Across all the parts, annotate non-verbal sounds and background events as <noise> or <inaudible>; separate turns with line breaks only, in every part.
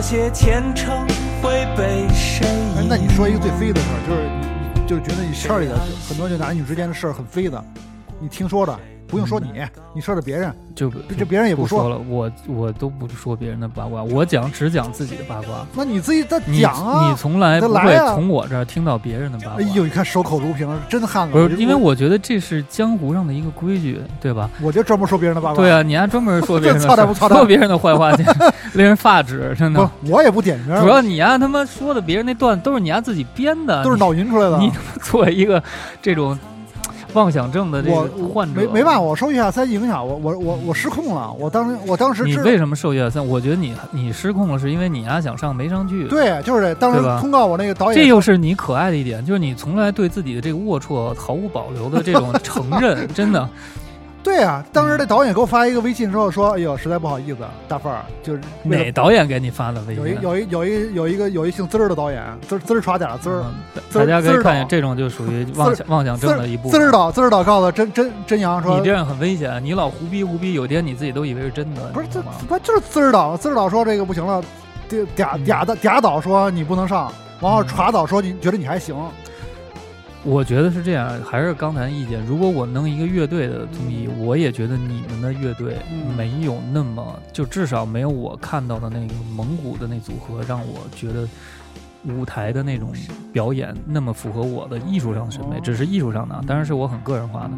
些虔诚会被谁
哎，
遗
那
忘？
你说一个最飞的事儿，就是你就是觉得你圈里的很多就男女之间的事儿很飞的，你听说的不用说你，
嗯
你说的别人，
就
这别人也
不
说。
了，我我都不说别人的八卦，我讲只讲自己的八卦。
那你自己再
你
讲啊！
你从来不
再来
会
啊
从我这儿听到别人的八卦。
哎呦，你看守口如瓶，真悍了。
不
我
是
就，
因为我觉得这是江湖上的一个规矩，对吧？
我就专门说别人的八卦。
对啊，你还专门说别人
这操蛋不
的，
操蛋
说别人的坏话，简直 <laughs> 令人发指，真的。
不，我也不点名，
主要你呀，他妈说的别人那段都是你呀自己编的，
都是脑晕出来的。
你你他妈 <laughs> 作为一个这种妄想症的这
我
个患者，
没没办法，我受叶亚三影响，我我我我失控了。我当时我当时
你
知
为什么受叶三？我觉得你你失控了，是因为你呀想上没上去。，
对，就是这当时
对吧
通告我那个导
这
演，
又是你可爱的一点，就是你从来对自己的这个龌龊毫无保留的
<laughs>
这种承认，真的。
对啊，当时那导演给我发一个微信之后说：“哎呦，实在不好意思，大范儿，就是为
哪
了
导演给你发的微
有
信啊
一？有一有一有一个有一姓滋儿的导演，滋儿滋儿耍点儿滋儿。
嗯
滋
大
儿
家可以
滋儿
看见，
导
这种就属于妄想妄想
滋
症
儿
的一部
滋
分
儿。导滋儿导告诉真真真阳说
你这样很危险，你老胡逼胡逼，有一天你自己都以为是真的。
不是
你知
这
道吗
不就是滋儿导滋儿导说这个不行了，嗲嗲嗲的嗲导说你不能上，然后
嗯
歘导说你觉得你还行，
我觉得是这样，还是刚才的意见。如果我弄一个乐队的综艺，我也觉得你们的乐队
嗯
没有那么，就至少没有我看到的那个蒙古的那组合，让我觉得舞台的那种表演那么符合我的艺术上的审美
哦，
只是艺术上的啊，当然是我很个人化的。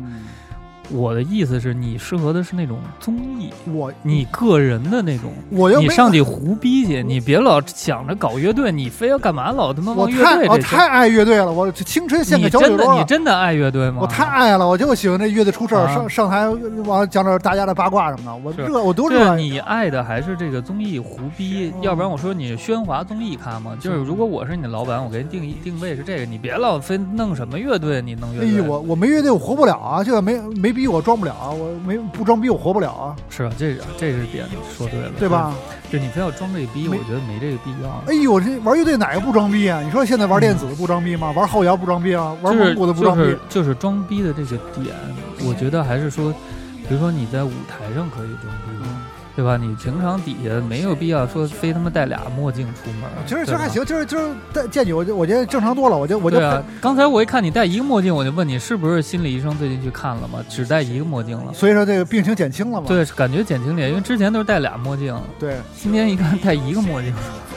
我的意思是你适合的是那种综艺，
我
你个人的那种。
我又
你
没
上去胡逼去，你别老想着搞乐队，你非要干嘛老他妈
我
往乐
太
队
我
这些
太爱乐队了，我青春献给
你
小
真
酒
的
窝
你。真的爱乐队吗？
我太爱了，我就喜欢这乐队出事儿，
啊
上上台完了讲点大家的八卦什么的，我
是
热我都
对
热
啊，
爱。
你爱的还是这个综艺胡
哦
逼，要不然我说你喧哗综艺咖
嗯
嘛。就是如果我是你的老板，我给你定义定位是这个，你别老非弄什么乐队，你弄乐
哎
队。
呦，我我没乐队我活不了啊！这个没没逼我装不了啊，我没不装逼我活不了啊，
是啊，这是这是点说对了，
对
<laughs>
吧？？
就你非要装这逼，我
没
觉得没这个必要。
哎呦，这玩乐队哪个不装逼啊？你说现在玩电子的不装逼吗？玩后摇不装逼啊？玩
嗯就是
蒙古的不装逼？
就是就是装逼的这个点，我觉得还是说，比如说你在舞台上可以装逼，
嗯
对吧？你平常底下没有必要说非他妈戴俩墨镜出门。
其实其
对
实
吧
还行，就是就是但见你我就我觉得正常多了，我就我就
对啊，刚才我一看你戴一个墨镜，我就问你是不是心理医生最近去看了吗？只戴一个墨镜了。
所以说这个病情减轻了嘛。
对，感觉减轻点，因为之前都是戴俩墨镜，
对，
今天一看戴一个墨镜。 <laughs>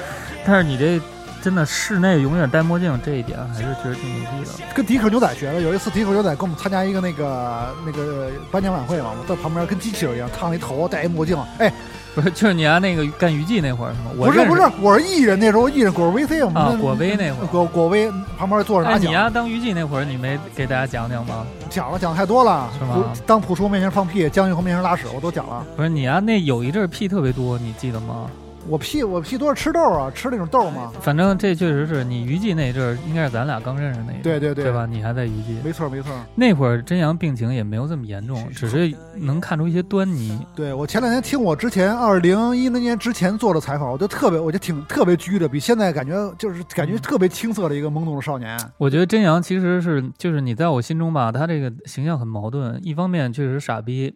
但是你这真的室内永远戴墨镜这一点，还是觉得挺牛逼的。
跟迪克牛仔学的。有一次迪克牛仔跟我们参加一个那个那个颁奖晚会嘛，我在旁边跟机器人一样烫了一头，戴一墨镜。哎，
不是，就是你啊，那个干娱记那会儿是吗？我
不是
认识
不是，我是艺人那时候，艺人果儿 VC 我们
啊
那，
果威那会儿。
果果威旁边坐着拿
哎，你
奖，
呀、当娱记那会儿，你没给大家讲讲吗？
讲了讲太多了，
是吗
不当朴树面前放屁，姜育恒面前拉屎，我都讲了。
不是你啊，那有一阵儿屁特别多，你记得吗？
我屁我屁多是吃豆啊，吃那种豆嘛。
反正这确实是你娱记那一阵儿，应该是咱俩刚认识那一阵儿
对对对
对吧？你还在娱记，
没错没错，
那会儿真阳病情也没有这么严重，只是能看出一些端倪。
对我前两天听我之前二零一零年之前做的采访，我就特别，我就挺特别拘着，比现在感觉就是感
嗯
觉特别青涩的一个懵懂的少年。
我觉得真阳其实是就是你在我心中吧，他这个形象很矛盾，一方面确实傻逼，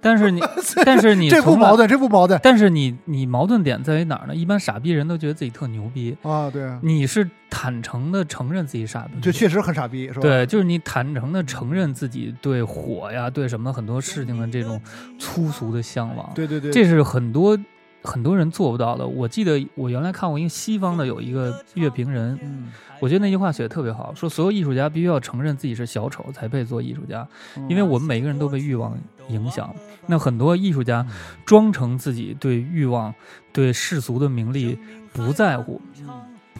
但
<laughs>
是你但是你
这不
从来
矛，盾，这不矛盾
但是你你矛盾点在于哪儿呢？一般傻逼人都觉得自己特牛逼，
啊！对，
你是坦诚的承认自己傻逼，
这确实很傻逼，是吧？，
对，就是你坦诚的承认自己对火呀、对什么很多事情的这种粗俗的向往，
对对对，
这是很多很多人做不到的。我记得我原来看过一个西方的有一个乐评人，
嗯，
我觉得那句话写的特别好，说所有艺术家必须要承认自己是小丑才配做艺术家，
嗯
因为我们每个人都被欲望影响。那很多艺术家装成自己对欲望、对世俗的名利不在乎。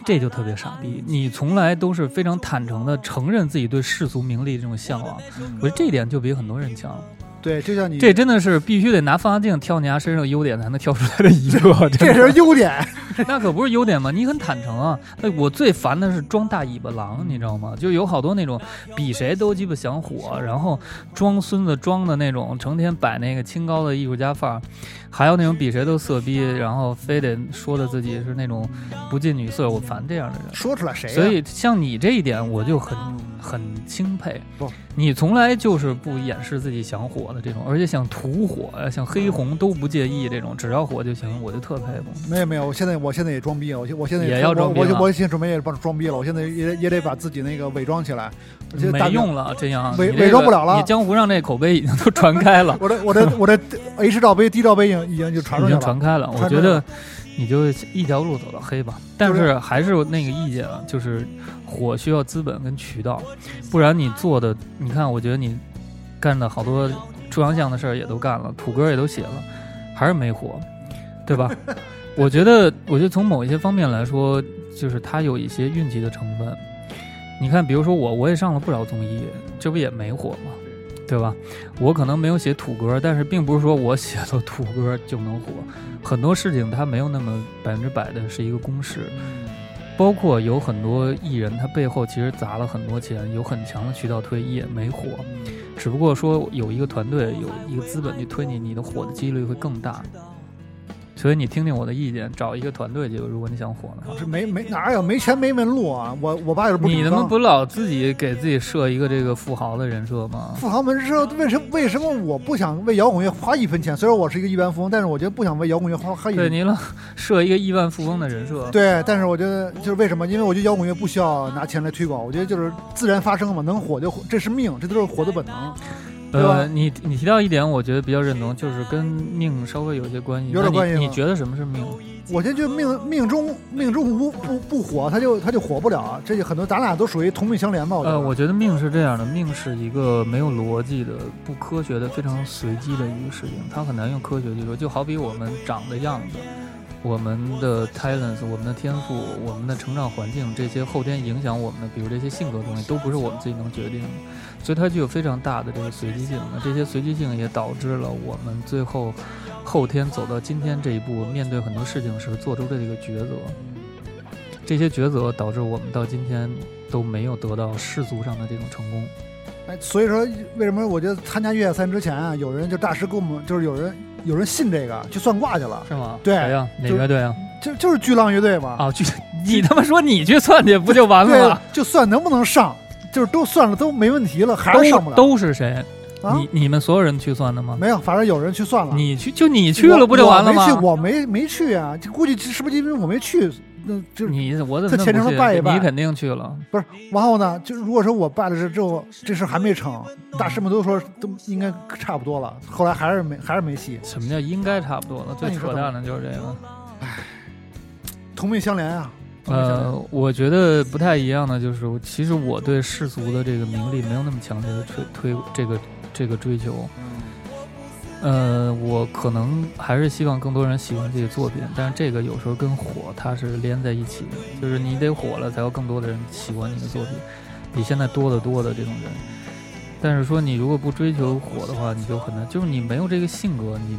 这就特别傻逼，你从来都是非常坦诚的承认自己对世俗名利这种向往，我觉得这一点就比很多人强。
对，就像你
这真的是必须得拿放大镜挑你家身上优点才能挑出来的一个，
<laughs> 这
这
是优点，
<laughs> 那可不是优点嘛！你很坦诚啊。那我最烦的是装大尾巴狼，你知道吗？就有好多那种比谁都鸡巴想火，然后装孙子装的那种，成天摆那个清高的艺术家范儿，还有那种比谁都色逼，然后非得说的自己是那种不近女色，我烦这样的人。
说出来谁呀？
所以像你这一点，我就很很钦佩
不。
你从来就是不掩饰自己想火，火的这种，而且想土火呀、
嗯
想黑红都不介意这种，只要火就行，我就特佩服。
没有没有，我现在我现在也装逼了，我现我现在
也要装逼
我我
了
我我现在准备也帮装逼了，我现在也得也得把自己那个伪装起来，我现在大
没用了，这样
伪
你这
伪装
个
不了了，
你江湖上这口碑已经都传开了
我这我这我这 H 罩杯、D 罩杯已经已经就传
已
出去
经
了
传。开了。我
传出
觉
去
得
了
你就一条路走到黑吧，但
就是
是还是那个意见啊，就是火需要资本跟渠道，不然你做的，你看，我觉得你干的好多中央项的事儿也都干了，土歌也都写了，还是没火，
<laughs>
对吧？我觉得，我觉得从某一些方面来说，就是它有一些运气的成分。你看，比如说我，我也上了不少综艺，这不也没火吗？对吧？我可能没有写土歌，但是并不是说我写了土歌就能火。很多事情它没有那么百分之百的是一个公式，包括有很多艺人，他背后其实砸了很多钱，有很强的渠道推，也没火。
嗯
只不过说有一个团队，有一个资本去推你，你的火的几率会更大。所以你听听我的意见，找一个团队去。如果你想火的话，
是没没哪有没钱没门路啊！我我爸也是不
你
主
他妈
张
不老自己给自己设一个这个富豪的人设吗？
富豪们之后，为什么为什么我不想为摇滚乐花一分钱？虽然我是一个亿万富翁，但是我觉得不想为摇滚乐花花一
对
分钱。
你老设一个亿万富翁的人设，
对，但是我觉得就是为什么？因为我觉得摇滚乐不需要拿钱来推广，我觉得就是自然发生嘛，能火就火，这是命，这都是火的本能。对吧
呃，你你提到一点，我觉得比较认同，就是跟命稍微有一些关系。
有点
那你
关系吗
你觉得什么是命？
我现在就命命中命中不不不火，他就他就火不了。啊这就很多，咱俩都属于同命相连吧？我觉
呃，
得。
我觉得命是这样的，命是一个没有逻辑的、不科学的、非常随机的一个事情，它很难用科学去说。就好比我们长的样子、我们的 talents、我们的天赋、我们的成长环境这些后天影响我们的，比如这些性格的东西，都不是我们自己能决定的，所以它具有非常大的这个随机性。那这些随机性也导致了我们最后后天走到今天这一步，面对很多事情时做出的这个抉择。这些抉择导致我们到今天都没有得到世俗上的这种成功。
哎，所以说为什么我觉得参加越野赛之前啊，有人就大师给我们，就是有人有人信这个去算卦去了，
是吗？
对
谁呀？哪
就
乐队啊？
就就是巨浪乐队嘛。
啊，去，你他妈说你去算去不就完了
对啊
吗？，
就算能不能上，就是都算了都没问题了，还是上不
都
了。
都是谁？
啊，
你你们所有人去算的吗？
没有，反正有人去算了。
你去就你去了不就完了吗？
我我没去，我没没去啊，就估计是不是因为我没去？那就是
你我怎
在
么那么
虔诚地
不信
拜一拜
你肯定去了。
不是？然后哦呢，就如果说我办了这之后，这事儿还没成，大师们都说都应该差不多了，后来还是没还是没戏，
什么叫应该差不多了？
那
最
你说
扯淡的就是这个。
同命相连啊。同命相连
呃，我觉得不太一样的就是，其实我对世俗的这个名利没有那么强烈的推推这个这个追求。呃，我可能还是希望更多人喜欢自己的作品，但是这个有时候跟火它是连在一起的，就是你得火了，才有更多的人喜欢你的作品，比现在多得多的这种人。但是说你如果不追求火的话，你就很难，就是你没有这个性格，你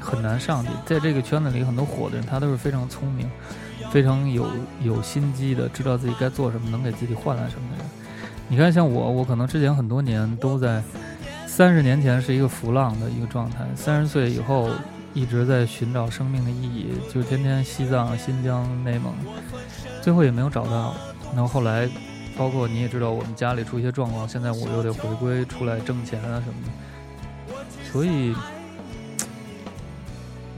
很难上去。在这个圈子里，很多火的人他都是非常聪明、非常有有心机的，知道自己该做什么，能给自己换来什么的人。你看，像我，我可能之前很多年都在三十年前是一个浮浪的一个状态，三十岁以后一直在寻找生命的意义，就天天西藏、新疆、内蒙，最后也没有找到。然后后来，包括你也知道，我们家里出一些状况，现在我又得回归出来挣钱啊什么的，所以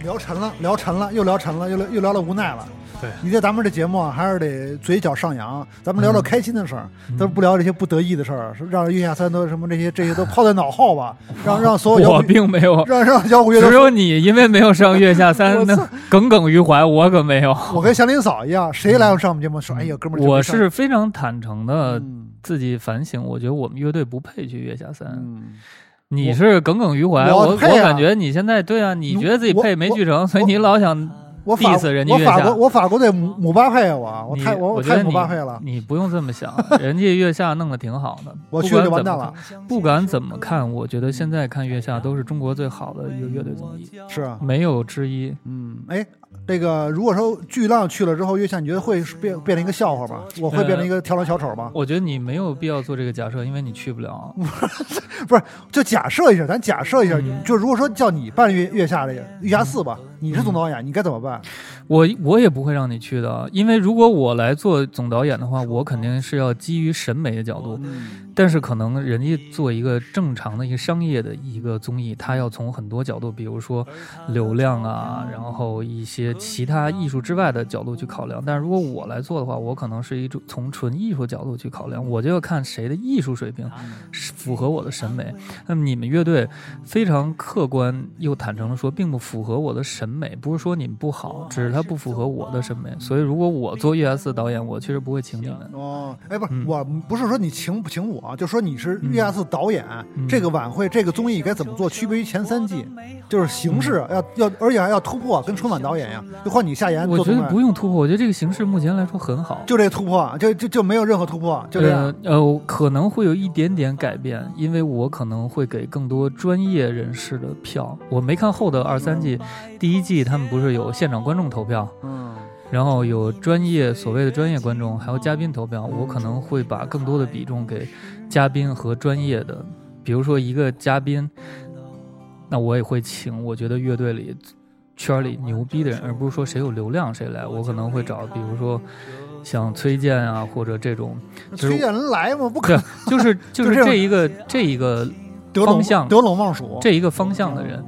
聊沉了，聊沉了，又聊沉了，又聊又聊了无奈了。
对
你在咱们这节目啊，还是得嘴角上扬，咱们聊聊
嗯
开心的事儿，
嗯
咱们不聊这些不得意的事儿，是让月下三都什么这些这些都抛在脑后
<laughs>
吧，让让所有摇
我
滚
并没有，
让让摇滚乐
只
队，
有你因为没有上月下
<laughs> 我
三，
操
那耿耿于怀，我可没有。
我跟祥林嫂一样，谁来上我们节目 <laughs> 说，哎呀，哥们儿，
我是呃非常坦诚的
嗯
自己反省，我觉得我们乐队不配去月下三。
嗯，
你是耿耿于怀，
我
我
配啊
感觉你现在对啊，你觉得自己配没聚成，所以你老想
我法
diss 人家
我
月
法
下
国我法国队姆姆巴佩啊，我我
你，
太我
我觉
太
得
姆
你
巴佩了，
你不用这么想，人家月下弄得挺好的，
<laughs> 我
不
去了
管
就
怎
完
么
蛋
看
了，
不管怎么看，我觉得现在看月下都是中国最好的一个乐队综艺，
是啊，
没有之一。
嗯，哎。这个如果说巨浪去了之后，月下你觉得会变变成一个笑话吗？我会变成一个跳廊小丑吗？
我觉得你没有必要做这个假设，因为你去不了。
就假设一下，咱假设一下，
嗯
就如果说叫你办月月下这个月下四吧，你是总导演，你该怎么办？
我我也不会让你去的，因为如果我来做总导演的话，我肯定是要基于审美的角度，但是可能人家做一个正常的一个商业的一个综艺，他要从很多角度，比如说流量啊，然后一些其他艺术之外的角度去考量。但是如果我来做的话，我可能是一种从纯艺术角度去考量，我就要看谁的艺术水平是符合我的审美。那么你们乐队非常客观又坦诚的说，并不符合我的审美，不是说你们不好，只是它不符合我的审美。所以如果我做 US 导演，我确实不会请你们。
哦，哎，不是，
嗯
我不是说你请不请我，啊就说你是
嗯
US 导演，
嗯
这个晚会这个综艺该怎么做，区别于前三季，就是形式要、要，而且还要突破，跟春晚导演一样，就换你下言
嗯我
做
觉
春
得
晚，
不用突破，我觉得这个形式目前来说很好。
就这突破，就就就没有任何突破，就这样。
呃呃，可能会有一点点改变，因为我可能会给更多专业人士的票。我没看后的二三季，第一季他们不是有现场观众投票，
嗯，
然后有专业所谓的专业观众，还有嘉宾投票，我可能会把更多的比重给嘉宾和专业的，比如说一个嘉宾，那我也会请我觉得乐队里圈里牛逼的人，而不是说谁有流量谁来，我可能会找比如说像崔健啊或者这种，就是
崔健人来嘛，不可
对，就是就是
这种
这一个这一个
得陇
方向
得陇望蜀，
这一个方向的人，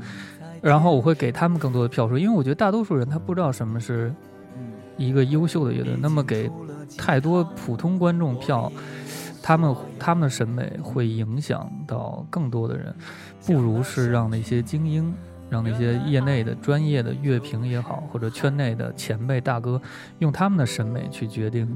然后我会给他们更多的票数，因为我觉得大多数人他不知道什么是一个优秀的乐队，那么给太多普通观众票，他们他们的审美会影响到更多的人，不如是让那些精英。让那些业内的专业的乐评也好，或者圈内的前辈大哥，用他们的审美去决定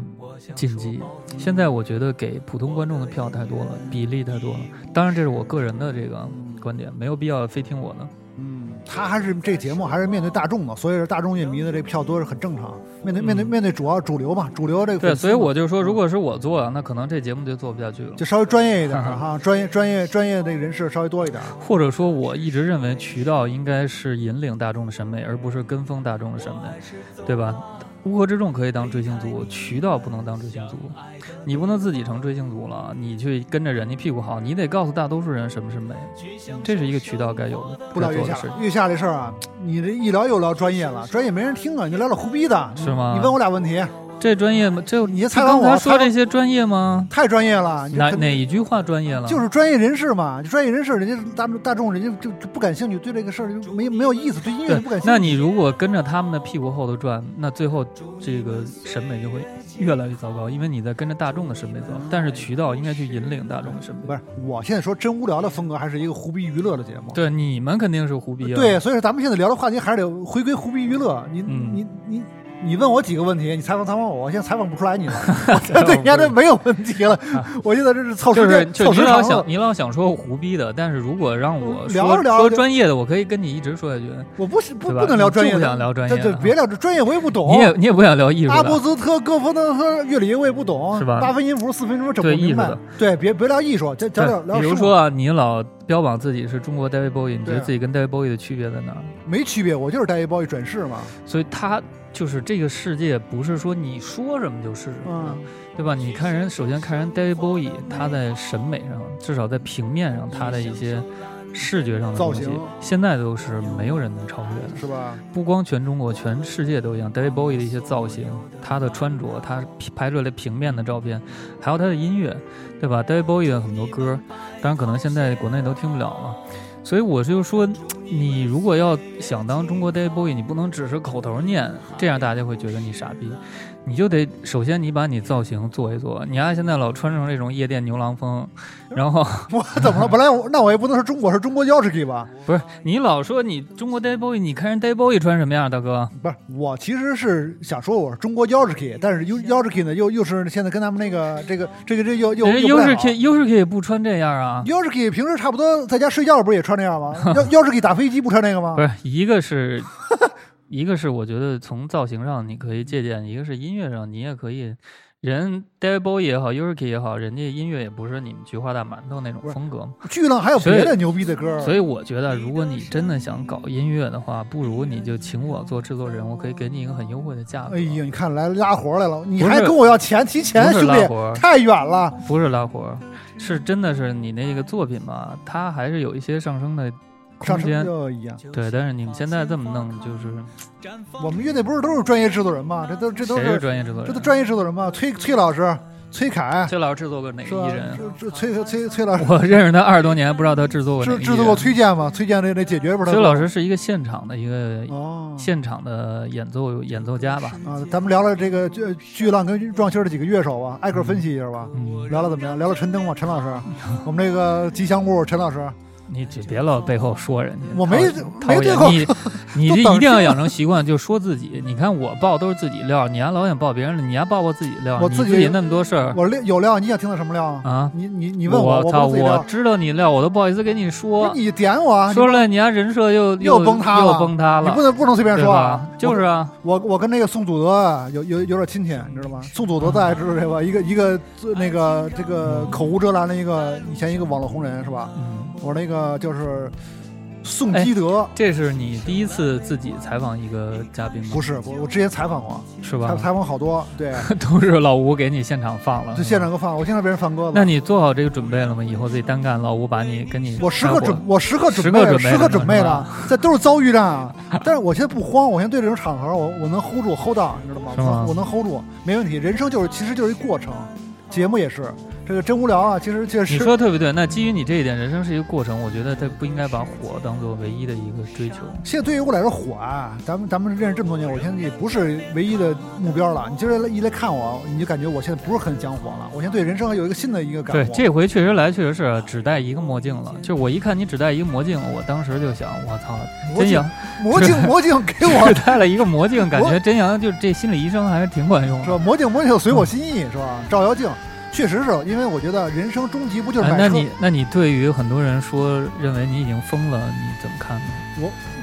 晋级。现在我嗯觉得给普通观众的票太多了，比例太多了。当然，这是我个人的这个观点，没有必要非听我的。
嗯，他还是这节目还是面对大众的，所以是大众乐迷的这票多是很正常。面对面对
嗯
面对主要主流嘛，主流这个
对，
粉丝
所以
嘛嗯
我就说，如果是我做，那可能这节目就做不下去了。
就稍微专业一点儿
哈
哈，专业专业专业的人士稍微多一点儿。
或者说，我一直认为渠道应该是引领大众的审美，而不是跟风大众的审美，对吧？乌合之众可以当追星族，渠道不能当追星族。你不能自己成追星族了，你去跟着人家屁股好，你得告诉大多数人什么是美，这是一个渠道该有的
不
该
聊月
做的
下
事。，
月下这事儿啊，你这一聊又聊专业了，专业没人听啊，你聊聊胡逼的，
是吗
你问我俩问题，
这专业吗？这
你采访
刚
我
才
采
说
访
这些专业吗？
太专业了，你就
哪
肯
哪一句话专业了？
就是专业人士嘛，专业人士，人家大众大众人家就就不感兴趣，对这个事儿就没没有意思，对音乐
对
就不感，兴趣。
那你如果跟着他们的屁股后头转，那最后这个审美就会越来越糟糕，因为你在跟着大众的审美走。但是渠道应该去引领大众的审美。
啊不是，我现在说真无聊的风格，还是一个胡逼娱乐的节目。
对，你们肯定是胡逼啊。
对，所以说咱们现在聊的话题还是得回归胡逼娱乐。你、
嗯
你你你问我几个问题，你采访采访我，我现在采访不出
<laughs>
来你了。
我
啊对，人家这没有问题了，我现在这是凑时
啊就是
间、
就
凑
你
时
老
长
想
了。
你老想说我胡逼的，但是如果让我
聊
说
着聊着
说
就
专业的，我可以跟你一直说下去。
我不是不
对吧
不能聊专业的，
你就不想聊专业的
对对，别聊这专业我也不懂。
你也你也不想聊艺术
哦阿波
的，
斯特、戈夫登和乐理我也不懂，
是吧
八分音符、四分音符整不
对艺
明
术
白
的。
对，别别聊艺术，这聊聊聊
对比如
生活
说啊，你老标榜自己是中国 David Bowie，你觉
对
得
啊
自己跟 David Bowie 的区别在哪儿？
没区别，我就是带一包一转世嘛。
所以他就是这个世界，不是说你说什么就是什么的。
嗯，
对吧？你看人，首先看人 David Bowie，他在审美上，至少在平面上，他的一些视觉上的东西
造型，
现在都是没有人能超越的。
是吧？
不光全中国，全世界都一样。David Bowie 的一些造型，他的穿着，他拍出来平面的照片，还有他的音乐，对吧？David Bowie 的很多歌，当然可能现在国内都听不了了。所以我就说，你如果要想当中国 David Bowie，你不能只是口头念，这样大家会觉得你傻逼。你就得首先你把你造型做一做，你丫、现在老穿成这种夜店牛郎风，然后
<laughs> 我怎么了？本来我那我也不能说中国是中国 y o s h i 吧？
不是你老说你中国 David Bowie，你看人 David Bowie 穿什么样，大哥？
不是，我其实是想说我是中国 y o s h i 但是 y o s h i 呢又又是现在跟他们那个这个这个这又又
人家
又
优
不太
势
好
K 优势 K 也不穿哎这样啊。
y o s h i 平时差不多在家睡觉不是也穿那样吗 y o s h i 打飞机不穿那个吗
不？是，一个是，一个是我觉得从造型上你可以借鉴，一个是音乐上你也可以。人 David Bowie 也好 y u r i k i 也好，人家音乐也不是你们菊花大馒头那种
不是
风格嘛。
巨浪还有别的牛逼的歌，
所以我觉得，如果你真的想搞音乐的话，不如你就请我做制作人，我可以给你一个很优惠的价格。
哎呀，你看来拉活来了，你
不是
还跟我要钱提钱，
不是
兄
拉活
弟，太远了。
不是拉活儿，是真的是你那个作品吧，它还是有一些上升的
上
空
升
间。
就一样。
对，但是你们现在这么弄，就是
我们乐队不是都是专业制作人吗？这都这都
谁是
是
专业制作人？啊
这都专业制作人吗？崔崔老师、崔凯
崔老师制作过哪
是
个
吧
艺人？？啊
这这崔崔崔老师
<laughs> 我认识他二十多年，不知道他制作过哪
制
个艺人。啊
制作过崔健吗？崔健那那解决不是他
崔老师是一个现场的一个
哦
现场的演奏演奏家吧？
啊，咱们聊聊这个巨巨浪跟撞心儿的几个乐手吧，挨个分析一下吧。
嗯，
聊聊怎么样？聊聊陈登吧，陈老师，我们这个吉祥物陈老
<laughs>
师，
你只别老背后说人家，
我没
讨
没
厌
对口
你，你
都
这
等着
一定要养成习惯，就说自己。你看我爆都是自己料，你还老想爆别人的，你还爆过自己料，
我
你
自己
那么多事儿
我料有料，你想听到什么料啊？
啊！
你你你
你
问我，
我
我
操，
不自己
我
料，
知道你料，我都不好意思跟你
不是
说，
你点我啊，你
说出来你家人设又
又崩塌了
又崩塌
你
了
不，能不能随便
对
说啊
吧？。就是啊，
我我跟那个宋祖德啊，有有有点亲戚，你知道吗？宋祖德大家知道这吧？一个一个呃那个这个口无遮拦的一个以前一个网络红人是吧？
嗯，
我那个就是宋基德，
这是你第一次自己采访一个嘉宾吗？
不是我我之前采访过，
嗯是
采
吧？
采访好多，对，
<laughs> 都是老吴给你现场放了，
就现场给我放，我经常被人放鸽子
那。你做好这个准备了吗？以后自己单干，老吴把你跟你
我时刻准
搭，伙
我时刻准
时刻
备，
准备
时刻
呢
准备
是
了
吧，
这都是遭遇战啊！但是我现在不慌，我现在对这种场合，我我能 hold 住，hold 到，你知道吗？
是
我
吗
能我能 hold 住，没问题。人生就是其实就是一过程，节目也是，这个真无聊啊，其实确
你
实
说得特别对。那基于你这一点，人生是一个过程，我觉得他不应该把火当做唯一的一个追求。
现在对于我来说火啊，咱们咱们认识这么多年，我现在也不是唯一的目标了。你今儿来一来看我，你就感觉我现在不是很想火了，我现在对人生还有一个新的一个感
对，
悟。
这回确实来，确实是只戴一个墨镜了。就是我一看你只戴一个墨镜，我当时就想，我哎操，
魔
真
镜
阳
魔镜魔镜给我
<laughs> 只戴了一个墨镜，感觉真阳就这心理医生还是挺管用
是
的。
吧？魔镜魔镜随我心意是吧？照妖镜。确实是因为我觉得人生终极不就是
哎
买车？
那你那你对于很多人说认为你已经疯了，你怎么看呢？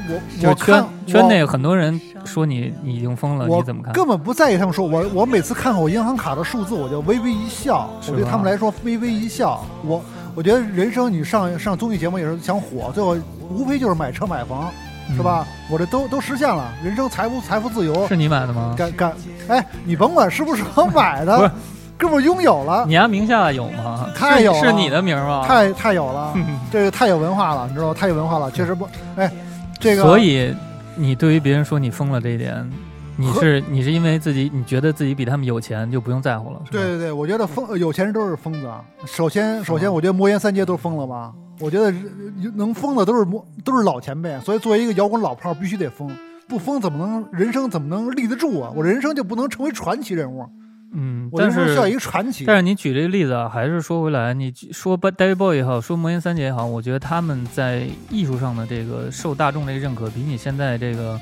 我
就是
我
圈
看
圈
我
内很多人说你你已经疯了，
我
你怎么看？
根本不在意他们说，我我每次看看我银行卡的数字，我就微微一笑。
是
我对
吧
他们来说微微一笑。我我觉得人生你上上综艺节目也是想火，最后无非就是买车买房，
嗯
是？吧？我这都都实现了，人生财富财富自由。
嗯是你买的吗？
敢敢哎，你甭管是不是我买
不是
的，哥们儿拥有了，
你家名下有吗？
太有了啊
是是你的名儿吗？嗯
太太有了，这个太有文化了，你知道吗？太有文化了，确实不哎，这个
所以你对于别人说你疯了这一点，你是你是因为自己你觉得自己比他们有钱就不用在乎了，是吧？
对，对对，我觉得疯呃有钱人都是疯子。啊。首先，首先，我觉得魔岩三杰都疯了吧？我觉得人能疯的都是魔，都是老前辈。啊所以，作为一个摇滚老炮儿，必须得疯。不疯怎么能人生怎么能立得住啊？我人生就不能成为传奇人物，啊
嗯，
我
但
人生需要一
是
个传奇。
但是你举这个例子啊，还是说回来，你说 Ba- David Bowie 也好，说魔岩三杰也好，我觉得他们在艺术上的这个受大众这个认可，比你现在这个。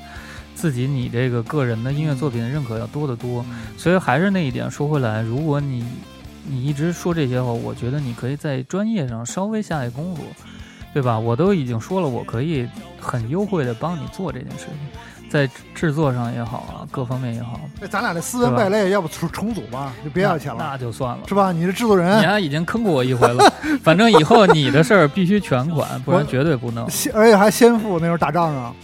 自己你这个个人的音乐作品的认可要多得多，所以还是那一点，说回来，如果你你一直说这些话，我觉得你可以在专业上稍微下点功夫，对吧？我都已经说了，我可以很优惠的帮你做这件事情，在制作上也好啊，各方面也好，
哎咱俩这斯文败类，要不重重组吧？就别要钱
那
了，
那就算了。
是吧？你是制作
你
人，
丫已经坑过我一回
<laughs>
了，反正以后你的事儿必须全款，不然绝对不弄。
先而且还先付那时候打仗啊上。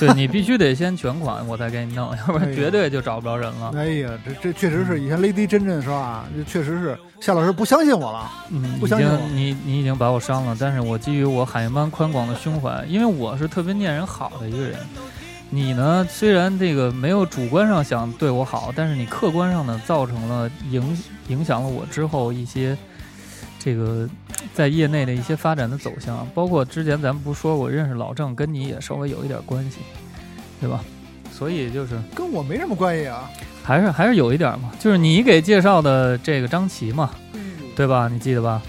对你必须得先全款，我再给你弄，要不
哎
然
呀
绝对就找不着人了。
哎呀，这这确实是以前 Lady 真真的时候啊，这确实是夏老师不相信我了。
嗯，
不
已
相信我
经你你已经把我伤了，但是我基于我海燕般宽广的胸怀，因为我是特别念人好的一个人。你呢，虽然这个没有主观上想对我好，但是你客观上呢造成了影影响了我之后一些这个在业内的一些发展的走向，包括之前咱们不是说我认识老郑，跟你也稍微有一点关系，对吧？所以就是
跟我没什么关系啊，
还是还是有一点嘛，就是你给介绍的这个张琪嘛，对吧？你记得吧？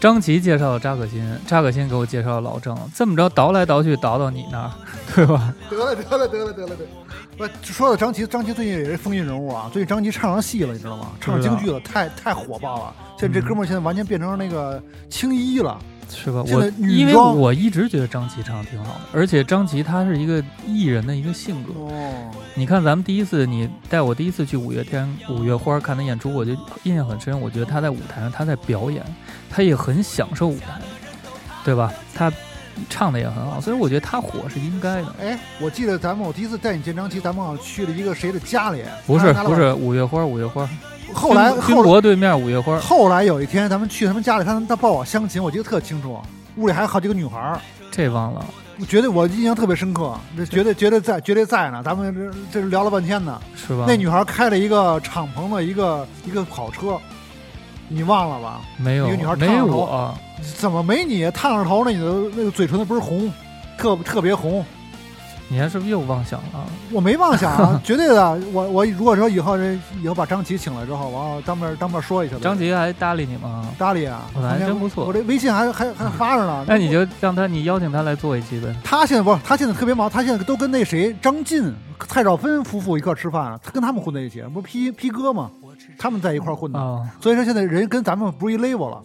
张琪介绍了扎可欣，扎可欣给我介绍了老郑，这么着倒来倒去倒到你那儿， <laughs> 对吧？
得了得了得了得了得了，不说到张琪，张琪最近也是风云人物啊，最近张琪唱上戏了，你知道吗？唱上京剧了，太太火爆了。现在这哥们儿现在完全变成那个青衣了，
是吧？
现
我
在女
因为
装
我一直觉得张琪唱的挺好的，而且张琪他是一个艺人的一个性格。
哦，
你看咱们第一次你带我第一次去五月天、五月花看他演出，我就印象很深。我觉得他在舞台上，他在表演，他也很享受舞台，对吧？他唱的也很好，所以我觉得他火是应该的。
哎，我记得咱们我第一次带你见张琪，咱们好像去了一个谁的家里，
不是
他拿了
不，是五月花，五月花。
后来
军
后
军
来
国对面五月花，
后来有一天咱们去他们家里，他他抱我相亲，我记得特清楚。屋里还好几个女孩儿，
这忘了，
我觉得我印象特别深刻，这绝对绝对在绝对在呢，咱们这这聊了半天呢。
是吧？
那女孩开了一个敞篷的一个一个跑车，你忘了吧？
没有
一个女孩
没
烫
有啊
头
我，
怎么没你烫着头呢？你的那个嘴唇子不是红，特特别红。
你还是不是又妄想了？
我没妄想
<laughs>
啊，绝对的。我我如果说以后这以后把张琪请来之后，完了当面当面说一下呗。
张杰还搭理你吗？
搭理啊，
我还真不错
我这微信还还还发着呢。
那你就让他，你邀请他来做一期呗。
他现在不，他现在特别忙，他现在都跟那谁张晋、蔡少芬夫妇一块儿吃饭，他跟他们混在一起，不是 P P 哥嘛，他们在一块儿混的。
哦，
所以说现在人跟咱们不是一 level 了，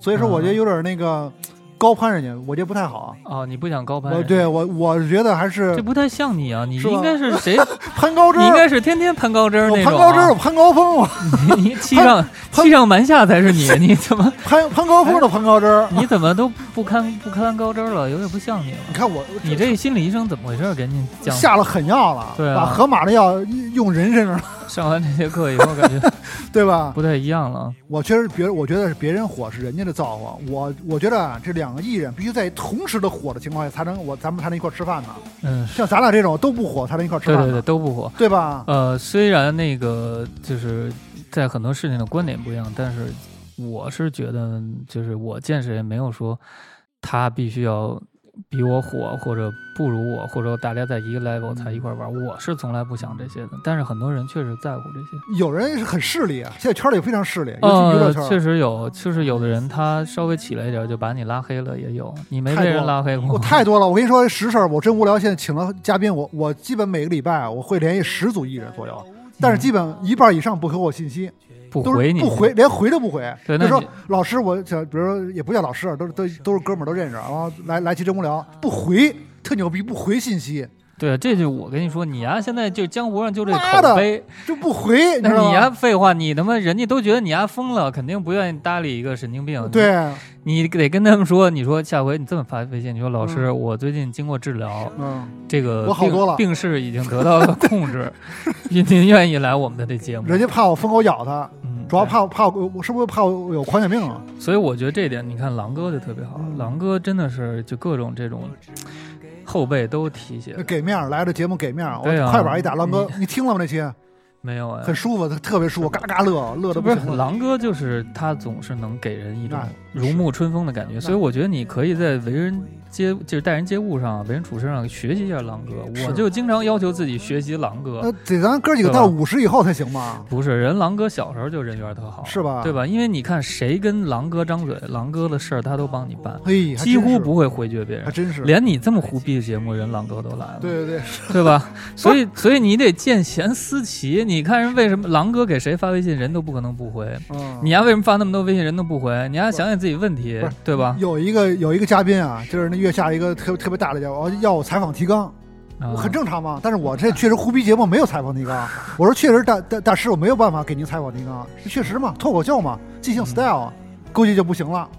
所以说我觉得有点那个高攀人家，我觉得不太好啊。
哦，你不想高攀
我
人？
对我我觉得还
这
是
不太像你啊！你
是吧
应该是谁？
攀高枝
你应
儿，
该是天天攀高枝儿
我
那
啊哦攀
种
高枝儿，
啊、
我攀高峰，我
你你欺上
攀
欺上瞒下才是
<laughs>
你，你怎么
攀攀高峰的攀高枝儿。
你怎么都不堪不堪高枝儿了？有点不像你了。
你看我，
你这心理医生怎么回事儿？给你讲
下了狠药了，
对啊
把河马的药用人身上了，
上完这节课以后，感觉
对吧？
不太一样了。啊
我确实别，我觉得是别人火是人家的造化，我我觉得啊，这两个艺人必须在同时的火的情况下，才能我咱们才能一块儿吃饭呢。
嗯，
像咱俩这种都不火，才能一块儿吃
对
饭呢，
对对，都不火。
对吧？
呃，虽然那个就是在很多事情的观点不一样，但是我是觉得，就是我见谁也没有说他必须要比我火，或者不如我，或者大家在一个 level 才一块玩。
嗯
我是从来不想这些的，但是很多人确实在乎这些。
有人是很势利啊，现在圈里非常势利，尤其娱
呃
乐，圈。
确实有，就是有的人他稍微起来一点就把你拉黑了，也有。你没被
太多
人
了哦
拉黑过吗？
我太多了，我跟你说实事儿，我真无聊。现在请了嘉宾，我我基本每个礼拜啊我会联系十组艺人左右，但是基本一半以上不回我信息，
不
都是
回你，
不回，连回都不回。
对那
就
你
说老师，我想，比如说也不叫老师啊，都是都都是哥们儿，都认识啊。然后来来期真无聊，不回，特牛逼，不回信息，
对，这就我跟你说，你呀、现在就江湖上就这
妈的
口碑，
就不回，你
那
知道
你啊呀、
吗？
废话，你他妈人家都觉得你呀、疯了，肯定不愿意搭理一个神经病。，
对，
你得跟他们说，你说下回你这么发微信，你说老师，我最近经过治疗，
嗯，
这个
我好多
病
了
病势已经得到了控
<laughs>
制，您您愿意来我们的这节目？
人家怕我疯狗咬他，
嗯
主要
对
怕怕我我是不是怕我有狂犬病啊？
所以我觉得这一点，你看狼哥就特别好，
嗯
狼哥真的是就各种这种后辈都提携。
给面儿，来这节目给面儿，我
对啊
快板一打，狼哥，你听了吗？
<laughs>
那期
没有哎
很，舒服，特别舒服，嘎嘎乐，乐的
不
不
是
行了。
狼哥，就是他总是能给人一种
那
如沐春风的感觉，所以我觉得你可以在为人接就是待人接物上、为人处事上学习一下狼哥。
是呃
我就经常要求自己学习狼
那
哥，
得咱哥几个
对吧
到五十以后才行吧？
不是人狼哥小时候就人缘特好，
是吧
对吧？因为你看谁跟狼哥张嘴，狼哥的事儿他都帮你办，
嘿，还
几
真
乎
是，
不会回绝别人
还。真是。
连你这么胡逼的节目，人狼哥都来了，
对对对，
对吧？ <laughs> 所以，所以你得见贤思齐。你看人为什么狼哥给谁发微信，人都不可能不回。
嗯，
你丫为什么发那么多微信人都不回？你丫想想自己问题
不是，
对吧？
有一个有一个嘉宾啊，就是那月下一个特别特别大的嘉宾，我要我采访提纲，
啊
我很正常嘛。但是我这确实胡逼节目没有采访提纲，我说确实大大大师我没有办法给您采访提纲，确实嘛，脱口秀嘛，即兴 style，估啊计就不行了。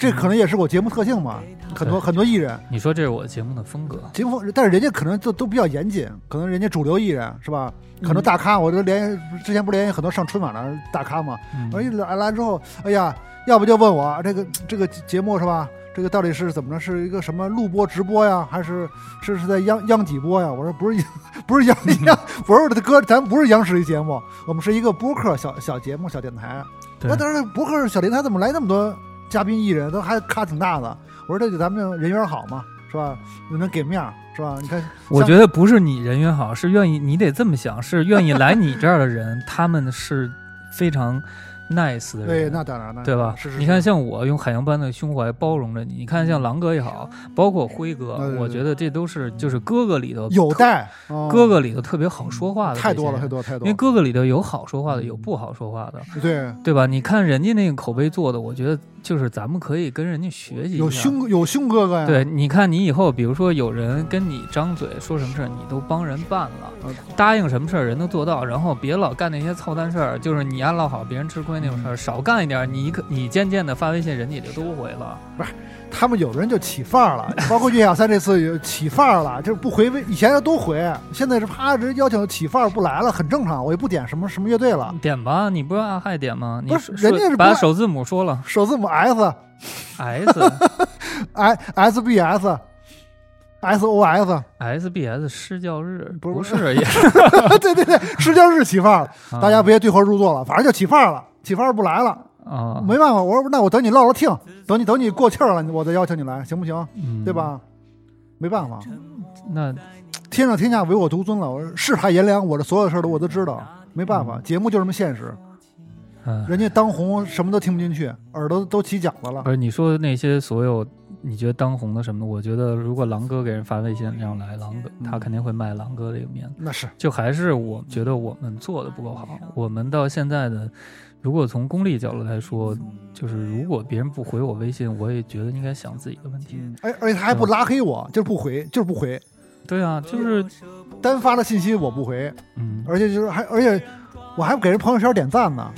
这可能也是我节目特性嘛，很多很多艺人
你说这是我节目的风格，
节目，但是人家可能都都比较严谨，可能人家主流艺人是吧？很多大咖，我都联系之前不联系很多上春晚的大咖嘛，
嗯
我一来哎来之后，哎呀，要不就问我啊这个这个节目是吧？这个到底是怎么着？是一个什么录播直播呀，还是是是在央央几播呀？我说不是不
<laughs>
是央 <laughs> 央，我说我的哥，咱不是央视一节目，我们是一个播客小小节目小电台。
对
那当然，播客小电台怎么来那么多嘉宾艺人？都还咖挺大的。我说这就咱们人缘好嘛，是吧？你能给面儿是吧？你看，
我
像
觉得不是你人缘好，是愿意你得这么想，是愿意来你这儿的人，他们是非常 nice 的
对，
人。
哎那当然了，
对吧？
是是，嗯
你看，像我用海洋般的胸怀包容着你。你看，像狼哥也好，包括辉哥，
对对对
我觉得这都是就是哥哥里头
有待
哥
哥
哥里头特别好说话的，
太多了，太。多了太
因
多
为
了，
哥哥里头有好说话的，有不好说话的，
对。
对吧？你看人家那个口碑做的，我觉得就是咱们可以跟人家学习一下。
有啊凶有凶哥哥呀，
对，你看你以后，比如说有人跟你张嘴说什么事儿，你都帮人办了
嗯，
答应什么事儿人都做到，然后别老干那些操蛋事儿，就是你安落好别人吃亏那种事
嗯
儿，少干一点儿，你可你渐渐的发微信，人家也就都回了。
他们有人就起范儿了，包括岳小三这次也起范儿了，就是不回微，以前要都回，现在是啪人邀请起范儿不来了，很正常，我也不点什么什么乐队了，
点吧，你不让暗害点吗？你
啊不是
说
<laughs> 人家是不
把
按
首字母说了
首字母 S，
S，
，I SBS、SOS，
，SBS 施教日
不是
不是也
<laughs> 对对对，施教日起范了， <laughs> 大家
啊
别对号入座了，反正就起范了，起范不来了，
啊，
没办法，我说那我等你唠唠听，等你等你过气儿了，我再邀请你来，行不行？
嗯
对？吧？没办法，
那
天上天下唯我独尊了，我世态炎凉，我这所有事儿都我都知道，没办法，节目就这么现实， <laughs>
嗯，
人家当红什么都听不进去，耳朵都起茧子了
不。是你说的那些所有你觉得当红的什么的，我觉得如果狼哥给人发微信让来狼哥，他
嗯
肯定会卖狼哥这个面子。
那是，
就还是我觉得我们做的不够好，我们到现在的，如果从功利角度来说，就是如果别人不回我微信，我也觉得应该想自己的问题。
而哎而且他还不拉黑我，
嗯
就是不回，就是不回，
对啊，就是
单发的信息我不回，
嗯，
而且就是还而且我还给人朋友圈点赞
<laughs>
呢，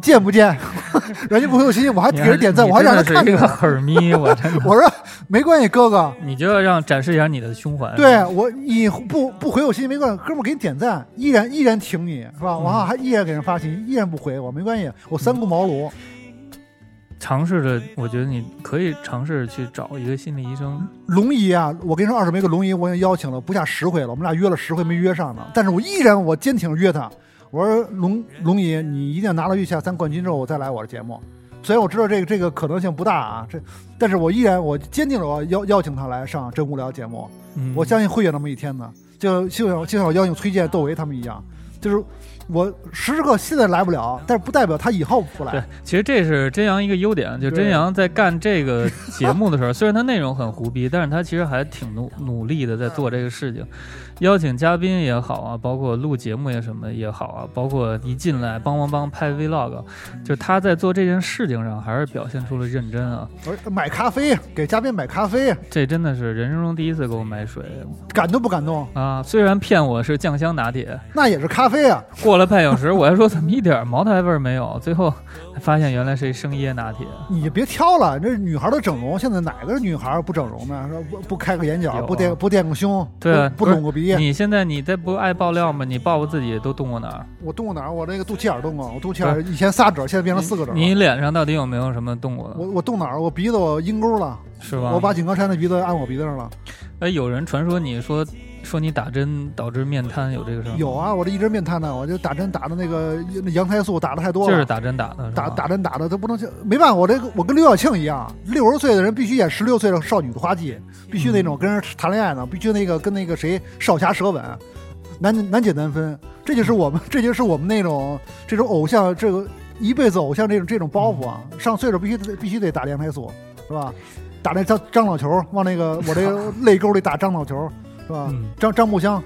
见不见？ <laughs> 人家不回我信息，我还给人点赞，
你
我还让他
真的
看
是一
见
个。狠咪，我真的，
我说没关系，哥哥，
你就要让展示一下你的胸怀。
对啊我你不不回我信息没关系，哥们儿给你点赞，依然依然挺你是吧？
嗯
我还依然给人发信息，依然不回我，没关系，我三顾茅庐。
尝试着，我觉得你可以尝试去找一个心理医生。
龙姨啊，我跟你说，二手玫瑰龙姨我已经邀请了不下十回了，我们俩约了十回没约上呢，但是我依然我坚挺着约她。我说龙龙姨，你一定要拿了月下三冠军之后，我再来我的节目。虽然我知道这个这个可能性不大啊，这，但是我依然我坚定了我要邀请她来上真无聊节目。
嗯，
我相信会有那么一天的，就就像就像我邀请崔健、窦唯他们一样，就是我时时刻现在来不了，但是不代表他以后不
对
来。，
其实这是真阳一个优点，就
对
真阳在干这个节目的时候，虽然他内容很胡逼，但是他其实还挺努努力的在做这个事情，邀请嘉宾也好啊，包括录节目也什么也好啊，包括一进来帮帮帮拍 vlog，就啊他在做这件事情上还是表现出了认真啊，
而买咖啡给嘉宾买咖啡，
这真的是人生中第一次给我买水
感动不感动？
啊，虽然骗我是酱香拿铁，
那也是咖啡啊！
过了半小时我还说怎么一点茅台味儿没有，最后发现原来是一生椰拿铁。
你就别挑了，这女孩的整容，现在哪个女孩不整容呢？说不不开个眼角，
有啊
不垫不垫个胸，
对啊
不不拢个鼻。
你现在你这不爱爆料吗？你爆爆自己都动过哪儿？
我动过哪儿？我那个肚脐眼儿动过，我肚脐眼儿以前仨褶儿，现在变成四个褶儿了。
你脸上到底有没有什么动过的？
我我动哪儿？我鼻子我阴沟了，
是吧？
我把井冈山的鼻子按我鼻子上了。
哎，有人传说你说说你打针导致面瘫，有这个事儿吗？
有，啊，我这一直面瘫呢，我就打针打的那个那羊胎素打的太多
就
了，
是打针打的，是吧
打打针打的都不能叫没办法，我这个我跟刘晓庆一样，六十岁的人必须演十六岁的少女的花季，必须那种跟人谈恋爱呢，必须那个跟那个谁少侠舌吻，难难解难分，这就是我们 <laughs> 这就是我们那种这种偶像这个一辈子偶像这种这种包袱啊，
嗯
上岁数必须得必须得打羊胎素是吧？打那张樟脑球，往那个我这
<laughs>
个泪沟里打樟脑球是吧？
嗯，
张张木香，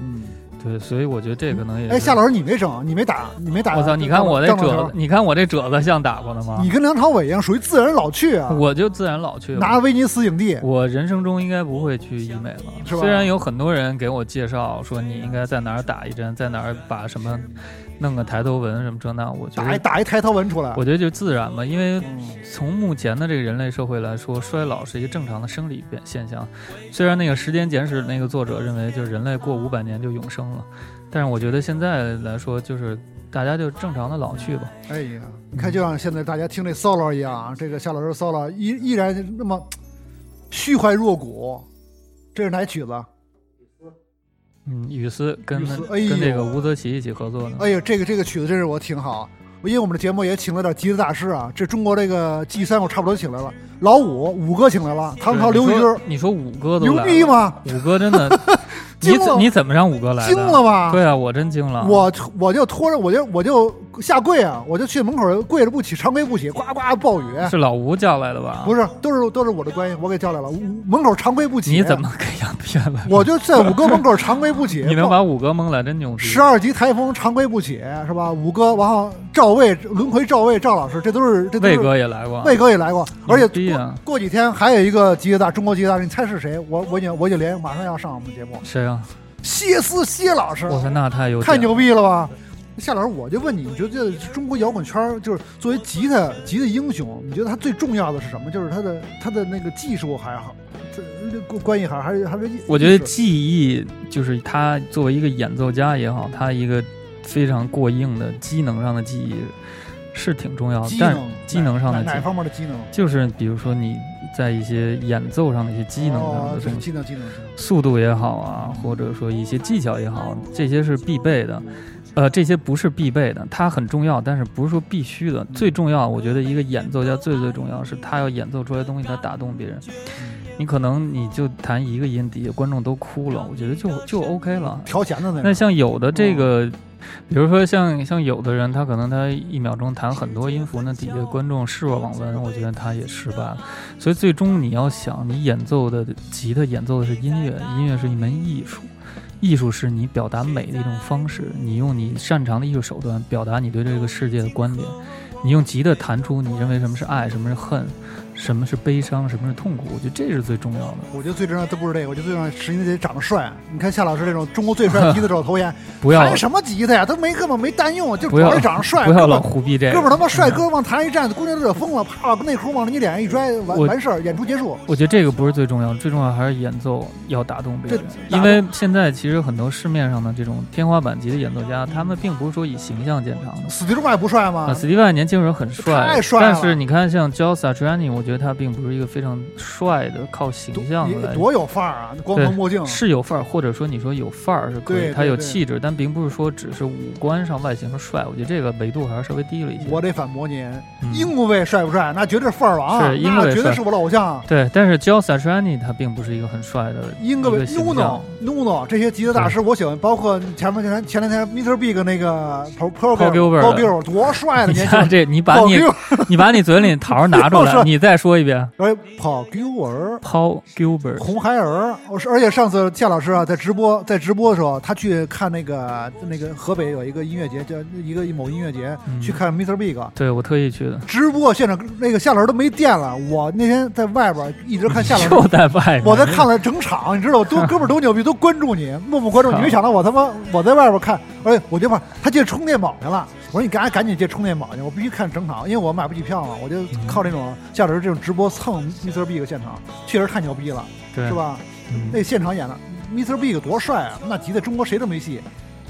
嗯。
对，所以我觉得这可能也是。
哎，夏老师，你没整，你没打，你没打。
我操！你看我这
张老
褶
师啊
子，，你看我这褶子像打过的吗
你？跟梁朝伟一样，属于自然老去啊，
我就自然老去。
拿威尼斯影帝。
我人生中应该不会去医美了，
是吧
虽然有很多人给我介绍说你应该在哪儿打一针，在哪儿把什么弄个抬头纹什么这那，我觉
打一
得
打一抬头纹出来，
我觉得就自然嘛，因为
嗯
从目前的这个人类社会来说，衰老是一个正常的生理变现象。虽然那个《时间简史》那个作者认为，就是人类过五百年就永生了，但是我觉得现在来说，就是大家就正常的老去吧。
哎呀，你看就像现在大家听这骚扰一样啊，这个夏老师骚扰依依然那么虚怀若谷，这是哪曲子？
嗯，雨丝跟
雨丝哎呦
跟这个吴泽奇一起合作的，
哎呀，这个这个曲子真是我挺好，因为我们的节目也请了点吉他大师啊，这中国这个 G 三我差不多请来了，老五五哥请来了，唐朝
对
刘
你
玉
说
军，
你说五哥都
牛
来
逼
了，
吗？
五哥
<laughs>
真的，
惊
你怎
了
你怎么让五哥来的？
惊了吧？
对啊，我真惊了。
我我就拖着，我就我就下跪啊，我就去门口跪着不起，长跪不起，呱呱暴雨，
是老吴叫来的吧？
不
是，
是，都是都是我的关系，我给叫来了，我门口长跪不起。
你怎？么 <laughs> 给杨骗来的？
我就在五哥门口长跪不起。
<laughs> 你能把五哥蒙来，真牛逼！
<laughs> 十二级台风长跪不起是吧？五哥，然后赵卫轮回赵卫赵老师，这都是这都
魏
是。
哥也来过，
魏哥也来过，而
牛
且
逼啊
过过几天还有一个吉他大中国吉他大师，你猜是谁？我我已经我已经连马上要上我们节目，
谁啊？
谢思谢老师。
我操，那太有
啊太
劲了
牛逼了吧！
嗯
夏老师，我就问你，你觉得中国摇滚圈儿就是作为吉他吉他英雄，你觉得他最重要的是什么？就是他的他的那个技术还好，这这关关系还还是还是
我觉得
是
技艺就是他作为一个演奏家也好，他一个非常过硬的机能上的技艺是挺重要的
机，
但是
能
技能上的
哪哪
技
方面的技能？
就是比如说你在一些演奏上的一些技能上
哦
的
对
东西，
技能技能技能
速度也好啊，或者说一些技巧也好，这些是必备的。呃，这些不是必备的，它很重要，但是不是说必须的。最重要，我觉得一个演奏家最最重要是他要演奏出来的东西，他打动别人。你可能你就弹一个音，底下观众都哭了，我觉得就就 OK 了。
调弦的那
那
个，
像有的这
哦
个，比如说像像有的人，他可能他一秒钟弹很多音符，那底下观众视若罔
嗯
闻，我觉得他也失败了。所以最终你要想，你演奏的吉他演奏的是音乐，
嗯
音乐是一门艺术。艺术是你表达美的一种方式，你用你擅长的艺术手段表达你对这个世界的观点，你用吉他弹出你认为什么是爱，什么是恨，什么是悲伤，什么是痛苦，我觉得这是最重要的。
我觉得最重要的不是这个，我觉得最重要的是因为得长得帅。你看夏老师这种中国最帅的吉他手
<laughs>
头衔，
不要
弹什么吉他呀？他没根本没单用，就主
不要
要是长得帅。
不要
哥们
老
儿
胡逼这个，
哥们儿他妈帅
嗯
哥往台上一站，姑娘都得疯了，啪把内裤往你脸上一拽，完
我
完事儿，演出结束。
我觉得这个不是最重要，最重要还是演奏要打动别人
对。打动
因为现在其实很多市面上的这种天花板级的演奏家，他们并不是说以形象见长的。
死地中海不帅
啊，
吗？
斯蒂万年轻人很帅，
太帅了
但是你看像 j o s a t r a n i 我觉得他并不是一个非常帅的，靠
多
形象来
多有范儿啊！光头墨镜，
是有范儿，或者说你说有范儿是可
对
以，
对
他有
对
气质，但并不是说只是五官上外形上帅。我觉得这个维度还是稍微低了一些。
我得反驳您，
嗯
英国卫帅不帅？那绝对是范儿王啊，
是英格
那
卫
绝对
帅
是我的偶像啊。
对，但是 j o s a t r a n i 他并不是一个很帅的
英格
一
维
个形
Nuno
象。
Nuno 这些吉他大师，我喜欢，包括前面前前两天 Mr Big 那个 Pro Pro
Paul Gilbert
Paul Gilbert 多帅的
<laughs> 你
年轻
看
人
这，你把
，Paul
你
Gilbert，
你把你嘴里桃儿
<laughs>
拿出
又说
来，你再说一遍。
哎，Paul Gilbert。
Paul Gilbert，
红孩儿，我是而且上次夏老师啊，在直播在直播的时候，他去看那个那个河北有一个音乐节，叫一个某音乐节，
嗯
去看 Mr Big，
对我特意去的，
直播现场那个夏老师都没电了，我那天在外边一直看夏老
<laughs> 就
师。
在外面。
我在看了整场，你知道，我多哥们儿多牛逼，都关注你，默默关注你。
操
没想到我他妈我在外边看，而且我就怕他借充电宝去了。我说你赶紧赶紧借充电宝去，我必须看整场，因为我买不起票嘛，我就靠这种夏老师这种直播蹭 Mr Big 现场，确实太牛逼了，
对
是？吧？
嗯
那现场演的 Mr Big 多帅啊，那急的中国谁都没戏。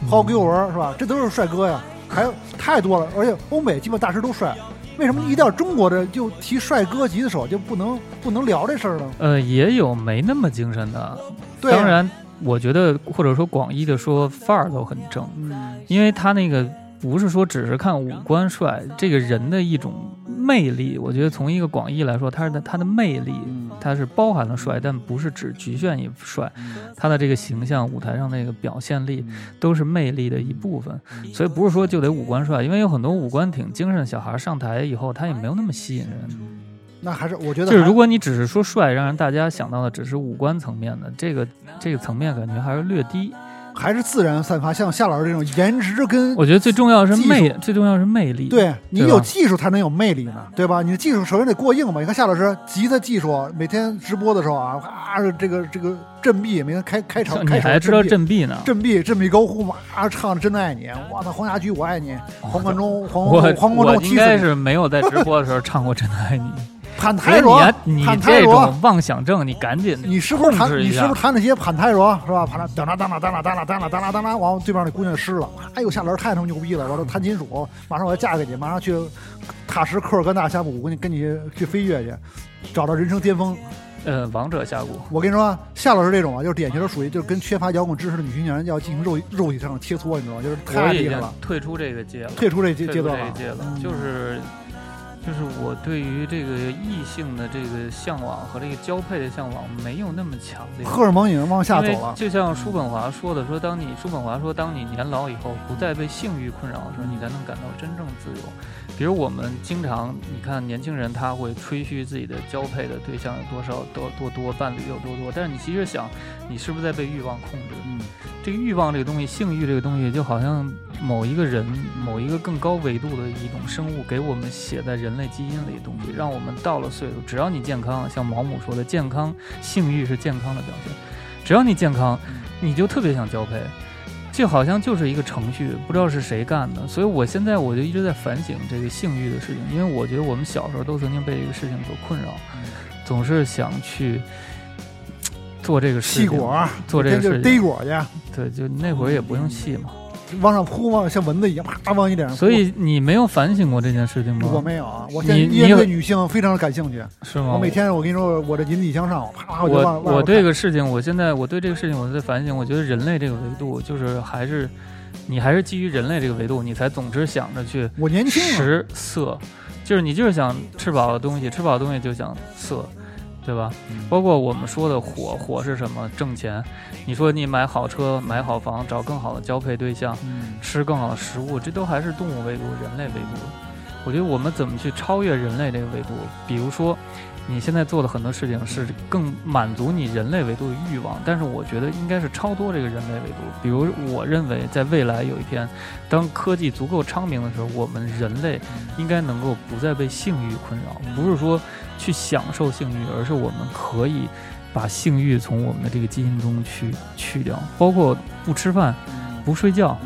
Paul g i l b e r 是吧？这都是帅哥呀，还有太多了，而且欧美基本大师都帅。为什么一到中国这就提帅哥吉他手就不能不能聊这事儿呢？
呃，也有没那么精神的。
对啊
当，然，我觉得或者说广义的说，范儿都很正，
嗯，
因为他那个不是说只是看五官帅，这个人的一种魅力。我觉得从一个广义来说，他是他的魅力，
嗯
它是包含了帅，但不是只局限于帅，
嗯
他的这个形象、舞台上那个表现力都是魅力的一部分，
嗯
所以不是说就得五官帅，因为有很多五官挺精神的小孩上台以后，他也没有那么吸引人。
那还是我觉得
就是
还
如果你只是说帅，让人大家想到的只是五官层面的，这个这个层面感觉还是略低。
还是自然散发，像夏老师这种颜值跟
我觉得最重要的是
技
魅，最重要的是魅力。
对你
对吧
有技术才能有魅力呢，对吧？你的技术首先得过硬吧。你看夏老师吉他技术，每天直播的时候啊，啊这个这个振臂，每天开开场
像
开
你
场
还知道
振臂
振臂呢？
振臂振臂高呼嘛，啊唱《真的爱你》，哇，那黄家驹我爱你，黄贯中黄
哦我
黄黄贯
我
中踢
应
死
该
你，
是没有在直播的时候唱过《真的爱你》。
<laughs> 潘
所以
泰
你
罗
啊，你
潘泰
这
罗
种。妄想症，你赶紧
你是不是弹？
控制
你
一
是
下
不是弹那些潘泰罗是吧？潘啦当啦当啦当啦当啦当啦当啦当啦，完了对面那姑娘湿了，哎呦，夏老师太他妈牛逼了！我说弹金属，马上我要嫁给你，马上去踏实科尔根纳峡谷，跟你跟你去飞跃去，找到人生巅峰。
呃，王者峡谷。
我跟你说啊，夏老师这种啊，就是典型的属于就是跟缺乏摇滚知识的女青年要进行肉肉体上的切磋，你知道吗？就是
我
太
已
厉害
经
了，
退出这个界了，
退出这阶
退
阶
出
段
这个
了。
界了
嗯，
就是就是我对于这个异性的这个向往和这个交配的向往没有那么强
<laughs>
烈。
荷尔蒙已经往下走
因为
了。
就像叔本华说的，说当你叔本华说，当你年老以后不再被性欲困扰的时候，你才能感到真正自由。比如我们经常，你看年轻人他会吹嘘自己的交配的对象有多少多多多，伴侣有多多，但是你其实想，你是不是在被欲望控制？
嗯，
这个欲望这个东西，性欲这个东西，就好像某一个人、某一个更高维度的一种生物给我们写在人类基因里的东西，让我们到了岁数，只要你健康，像毛姆说的，健康性欲是健康的表现，只要你健康，
嗯
你就特别想交配。这好像就是一个程序，不知道是谁干的，所以我现在我就一直在反省这个性欲的事情，因为我觉得我们小时候都曾经被这个事情所困扰，
嗯
总是想去嘖做这个事
细
情，
果儿，
做这
这
个
就
事
是
情，
逮果去。哦
对，就那会儿也不用戏嘛，
往上扑嘛，像蚊子一样啪往你脸上扑。
所以你没有反省过这件事情吗？
我没有啊，我现
你
在依
你
然
有
对女性非常感兴趣。
是吗？
我每天我跟你说，我这引体向上，我啪我就往
我
往
我
上
对这
看
个事情，我现在我对这个事情我在反省，我觉得人类这个维度就是还是你还是基于人类这个维度，你才总是想着去
我年轻啊，
食色，就是你就是想吃饱的东西，吃饱的东西就想色，对吧？
嗯
包括我们说的火，火是什么？挣钱。你说你买好车、买好房，找更好的交配对象，
嗯，
吃更好的食物，这都还是动物维度、人类维度。我觉得我们怎么去超越人类这个维度？比如说，你现在做的很多事情是更满足你人类维度的欲望，但是我觉得应该是超脱这个人类维度。比如，我认为在未来有一天，当科技足够昌明的时候，我们人类应该能够不再被性欲困扰，不是说去享受性欲，而是我们可以把性欲从我们的这个基因中去去掉，包括不吃饭、
嗯
不睡觉。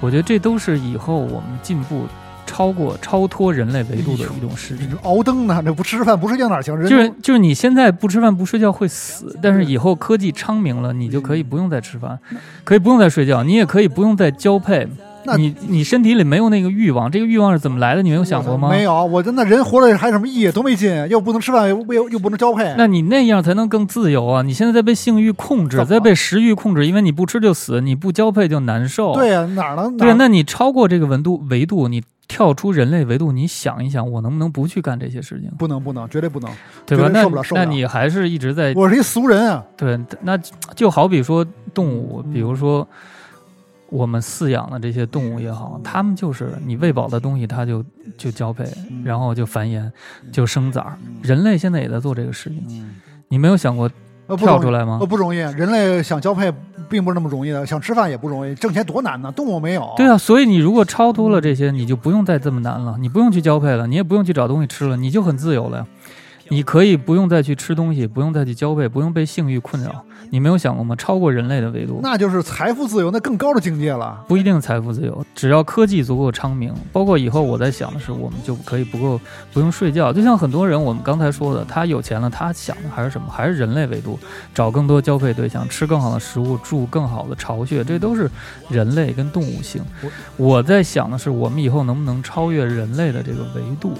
我觉得这都是以后我们进步、超过、超脱人类维度的一种事
你
情。
这熬灯呢，这不吃饭不睡觉哪嗯行？人嗯
就是就是你现在不吃饭不睡觉会死，但是以后科技昌明了，你就可以不用再吃饭，可以不用再睡觉，你也可以不用再交配
那。
你你身体里没有那个欲望，这个欲望是怎么来的？你没有
有
想过吗？
没。有，我真的人活着还有什么意义？多没劲，又不能吃饭，又又又不能交配。
那你那样才能更自由啊！你现在在被性欲控
嗯怎
制，
么
在被食欲控制，因为你不吃就死，你不交配就难受。
对呀，哪儿能哪
对，啊
儿
那你超过这个维度维度，你跳出人类维度，你想一想，我能不能不去干这些事情，
不能不能，绝对不能。
对吧？
觉得
那
受不了受不
那
了
你还是一直在
我是一俗人啊，
对，那就好比说动物，
嗯
比如说我们饲养的这些动物也好，
嗯
它们就是你喂饱的东西，它就就交配，
嗯
然后就繁衍，就生崽儿。人类现在也在做这个事情，
嗯
你没有想过
呃，不
跳出
容易，
来吗啊
呃，？不容易。人类想交配并不是那么容易的，想吃饭也不容易，挣钱多难呢。动物没有。
对啊，所以你如果超脱了这些，你就不用再这么难了，你不用去交配了，你也不用去找东西吃了，你就很自由了呀。你可以不用再去吃东西，不用再去交配，不用被性欲困扰。你没有想过吗？超过人类的维度，
那就是财富自由，那更高的境界了。
不一定财富自由，只要科技足够昌明，包括以后我在想的是，我们就可以不够不用睡觉。就像很多人我们刚才说的，他有钱了，他想的还是什么？还是人类维度，找更多交配对象，吃更好的食物，住更好的巢穴，这都是人类跟动物性。我在想的是，我们以后能不能超越人类的这个维度，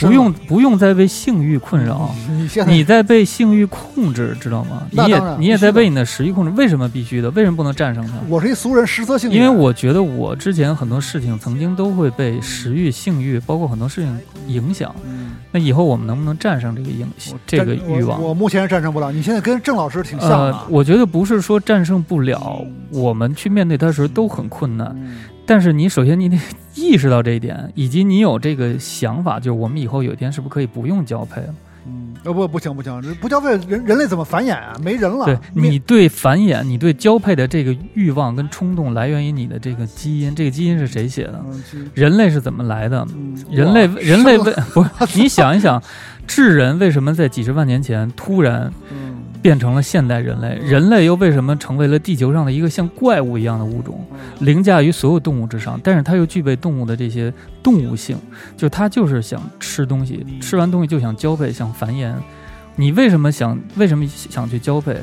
不
是
用不用再被性欲困扰。
你现在
你在被性欲控制，知道吗？你
那当
也
然
你也
必须
在
的
被你的食欲控制。为什么必须的？为什么不能战胜它？
我是一俗人，食色性也。
因为我觉得我之前很多事情曾经都会被食欲、性欲，包括很多事情影响。那以后我们能不能战胜这个影这个欲望
我？啊我目前是战胜不了。你现在跟郑老师挺像的
呃，，我觉得不是说战胜不了，我们去面对它的时候都很困难。
嗯
但是你首先你得意识到这一点，以及你有这个想法，就是我们以后有一天是不是可以不用交配了？
呃不不行不行，不交费人人类怎么繁衍啊？没人了。
对
灭
你对繁衍、你对交配的这个欲望跟冲动来源于你的这个基因，这个基因是谁写的？
嗯其
人类是怎么来的？
嗯
人类
哇
人类
生
为 <laughs>
了
不是你想一想，智人为什么在几十万年前突然
嗯
变成了现代人类？人类又为什么成为了地球上的一个像怪物一样的物种，
嗯
凌驾于所有动物之上？但是它又具备动物的这些动物性，就它就是想吃东西，吃完东西就想交配，想繁衍。你为什么想为什么想去交配？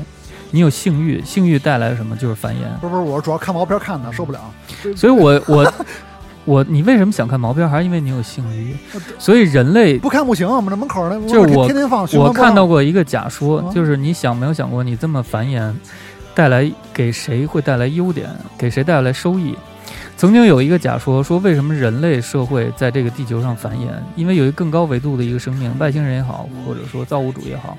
你有性欲，性欲带来什么？就是繁衍。
不是不是，我主要看毛片看的，受不了。
所以我我 <laughs> 我，你为什么想看毛片？还是因为你有性欲
呃？
所以人类
不看不行，我们这门口儿那
就是我
天天放循
我
环播
看
放
到过一个假说，
啊
就是你想没有想过，你这么繁衍，带来给谁会带来优点，给谁带来收益？曾经有一个假说说，为什么人类社会在这个地球上繁衍？因为有一个更高维度的一个生命，外星人也好，或者说造物主也好，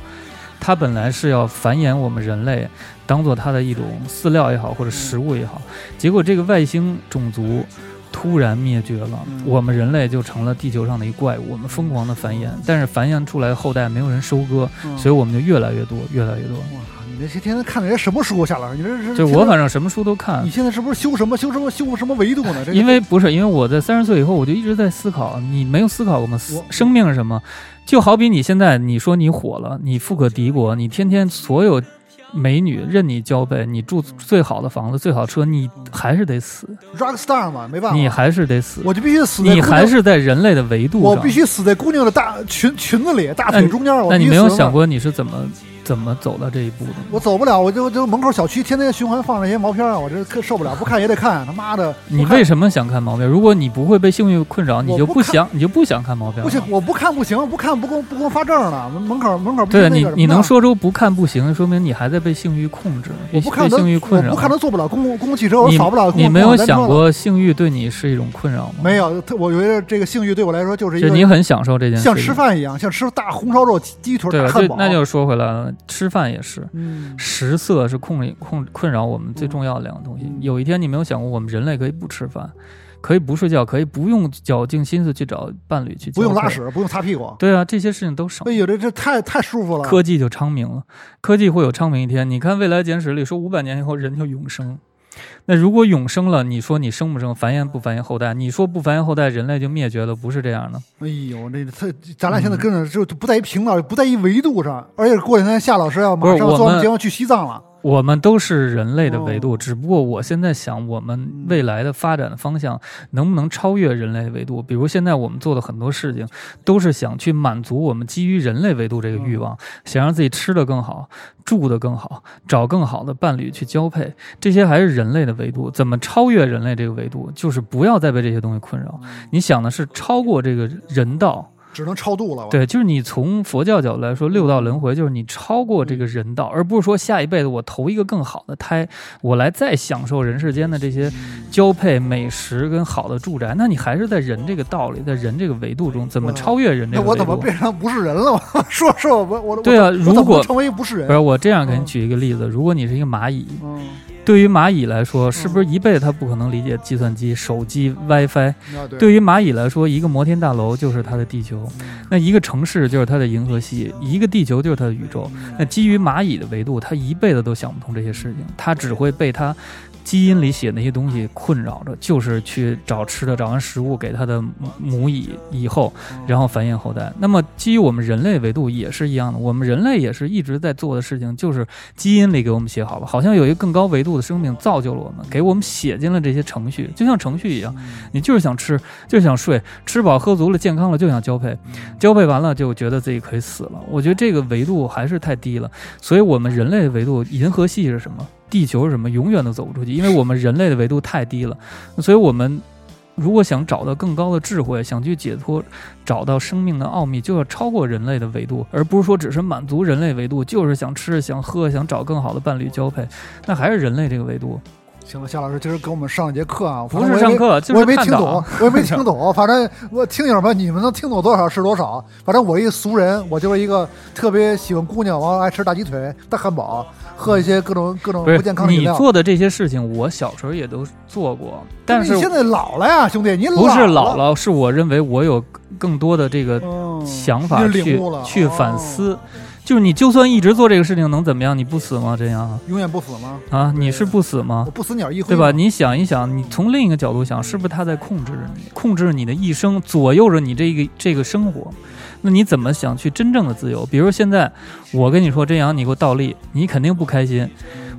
它本来是要繁衍我们人类，当做它的一种饲料也好，或者食物也好。结果这个外星种族突然灭绝了，
嗯
我们人类就成了地球上的一怪物，我们疯狂的繁衍，但是繁衍出来后代没有人收割，
嗯
所以我们就越来越多，越来越多。
哇，你这些天天看的些什么书啊，夏老师？你这是
就
天
我
天
反正什么书都看
你，现在是不是修什么修什么修什么维度呢？这个
因为不是因为我在三十岁以后，我就一直在思考，你没有思考过吗？
我
生命是什么？就好比你现在你说你火了，你富可敌国，你天天所有美女任你交配，你住最好的房子、最好车，你还是得死，
rock star 嘛，没办法，
你还是得死，
我就必须死在
你
姑娘
还是在人类的维度
我
上
必。须死在姑娘的大裙裙子里、大
那
腿
你
中间，我
那
必
你
须
没有
死在那
想过你是怎么怎么走到这一步的？
我走不了，我就就门口小区天天循环放这些毛片儿啊，我这特受不了，不看也得看，他妈的！
你
不看
为什么想看毛片？如果你不会被性欲困扰，你
我
就
不
不
看
想，你就不想看毛片
不
了。
行，我不看不行，不看不给我不给我发证了，门门口门口必须
对啊
那
你
个什，
你
么
能
的
说出不看不行，说明你还在被性欲控制，
我
被
不看
被
都
性欲困扰。
我不看都坐不了公共公共汽车，我扫不了公
你
共
没
共
有
享单车
想
了？
过性欲对你是一种困扰吗？
没有，特我觉得这个性欲对我来说就是一
就你
个
很享受这件事情，
像吃饭一样，像吃大红烧肉、鸡鸡腿、
对
大
吧？
汉
就
堡。
那就说回来了，吃饭也是。
嗯，
食色是控制控困扰我们最重要的两个东西。
嗯
有一天你没有想过，我们人类可以不吃饭，可以不睡觉，可以不用绞尽心思去找伴侣去，
不用拉。屎，不用擦屁股。
对啊，这些事情都省
哎。呦，这这太太舒服了。
科技就昌明了，科技会有昌明一天。你看《未来简史》里说，五百年以后人就永生。那如果永生了，你说你生不生，繁衍不繁衍后代？你说不繁衍后代，人类就灭绝了，不是这样的。
哎呦，这他咱俩现在跟着就不在一频道，不在一维度上，而且过两天夏老师要马上
不是我
做完
们
节目去西藏了。
我们都是人类的维度，
哦
只不过我现在想，我们未来的发展方向能不能超越人类的维度？比如现在我们做的很多事情，都是想去满足我们基于人类维度这个欲望，想让自己吃的更好，住的更好，找更好的伴侣去交配，这些还是人类的维度。怎么超越人类这个维度？就是不要再被这些东西困扰。你想的是超过这个人道，
只能超度了。我，
对，就是你从佛教角度来说，六道轮回就是你超过
嗯
这个人道，而不是说下一辈子我投一个更好的胎，我来再享受人世间的这些
嗯
交配、美食跟好的住宅。那你还是在人这个道理，在人这个维度中，怎么
我
超越人
嗯那
这个
我
维
怎么
度？
变成不是人了？ <laughs> 我说说我我
对啊，
我怎
如
么
果
成为不是
不是
人？
我这样给你
嗯
举一个例子，如果你是一个蚂蚁，
嗯，
对于蚂蚁来说，是不是一辈子它不可能理解计算机、手机、WiFi？
那啊对
对于蚂蚁来说，一个摩天大楼就是它的地球，
嗯
那一个城市就是它的银河系，一个地球就是它的宇宙。
嗯
那基于蚂蚁的维度，它一辈子都想不通这些事情，它只会被它基因里写那些东西困扰着，就是去找吃的，找完食物给它的母母蚁以后，然后繁衍后代。那么基于我们人类维度也是一样的，我们人类也是一直在做的事情，就是基因里给我们写好了，好像有一个更高维度的生命造就了我们，给我们写进了这些程序，就像程序一样，你就是想吃，就是想睡，吃饱喝足了，健康了就想交配，交配完了就觉得自己可以死了。我觉得这个维度还是太低了，所以我们人类的维度，银河系是什么，地球是什么，永远都走不出去，因为我们人类的维度太低了，所以我们。如果想找到更高的智慧，想去解脱，找到生命的奥秘，就要超过人类的维度，而不是说只是满足人类维度，就是想吃、想喝、想找更好的伴侣交配，那还是人类这个维度，
行了，夏老师今儿给我们上了节课啊，
不是上课就
我也没
是
听
探
懂
讨。，
我
<laughs>
也没听懂，反正我听友们你们能听懂多少是多少，反正我一俗人，我就是一个特别喜欢姑娘，完了爱吃大鸡腿、大汉堡，喝一些各种各种
不是
不健康的饮
你
料。
做的这些事情，我小时候也都做过，但
你现
是
在老了呀，兄弟，你
不是
老
老，了，是我认为我有更多的这个
嗯，
想法
你领
去
悟了
去
哦
反思。就是你就算一直做这个事情，能怎么样？你不死吗？这样
永远不死吗？
啊，你是不死吗
我？不死鸟一挥
对吧？
嘛
你想一想，你从另一个角度想，是不是他在控制着你，控制你的一生，左右着你这个这个生活？那你怎么想去真正的自由？比如现在我跟你说，真阳，你给我倒立，你肯定不开心。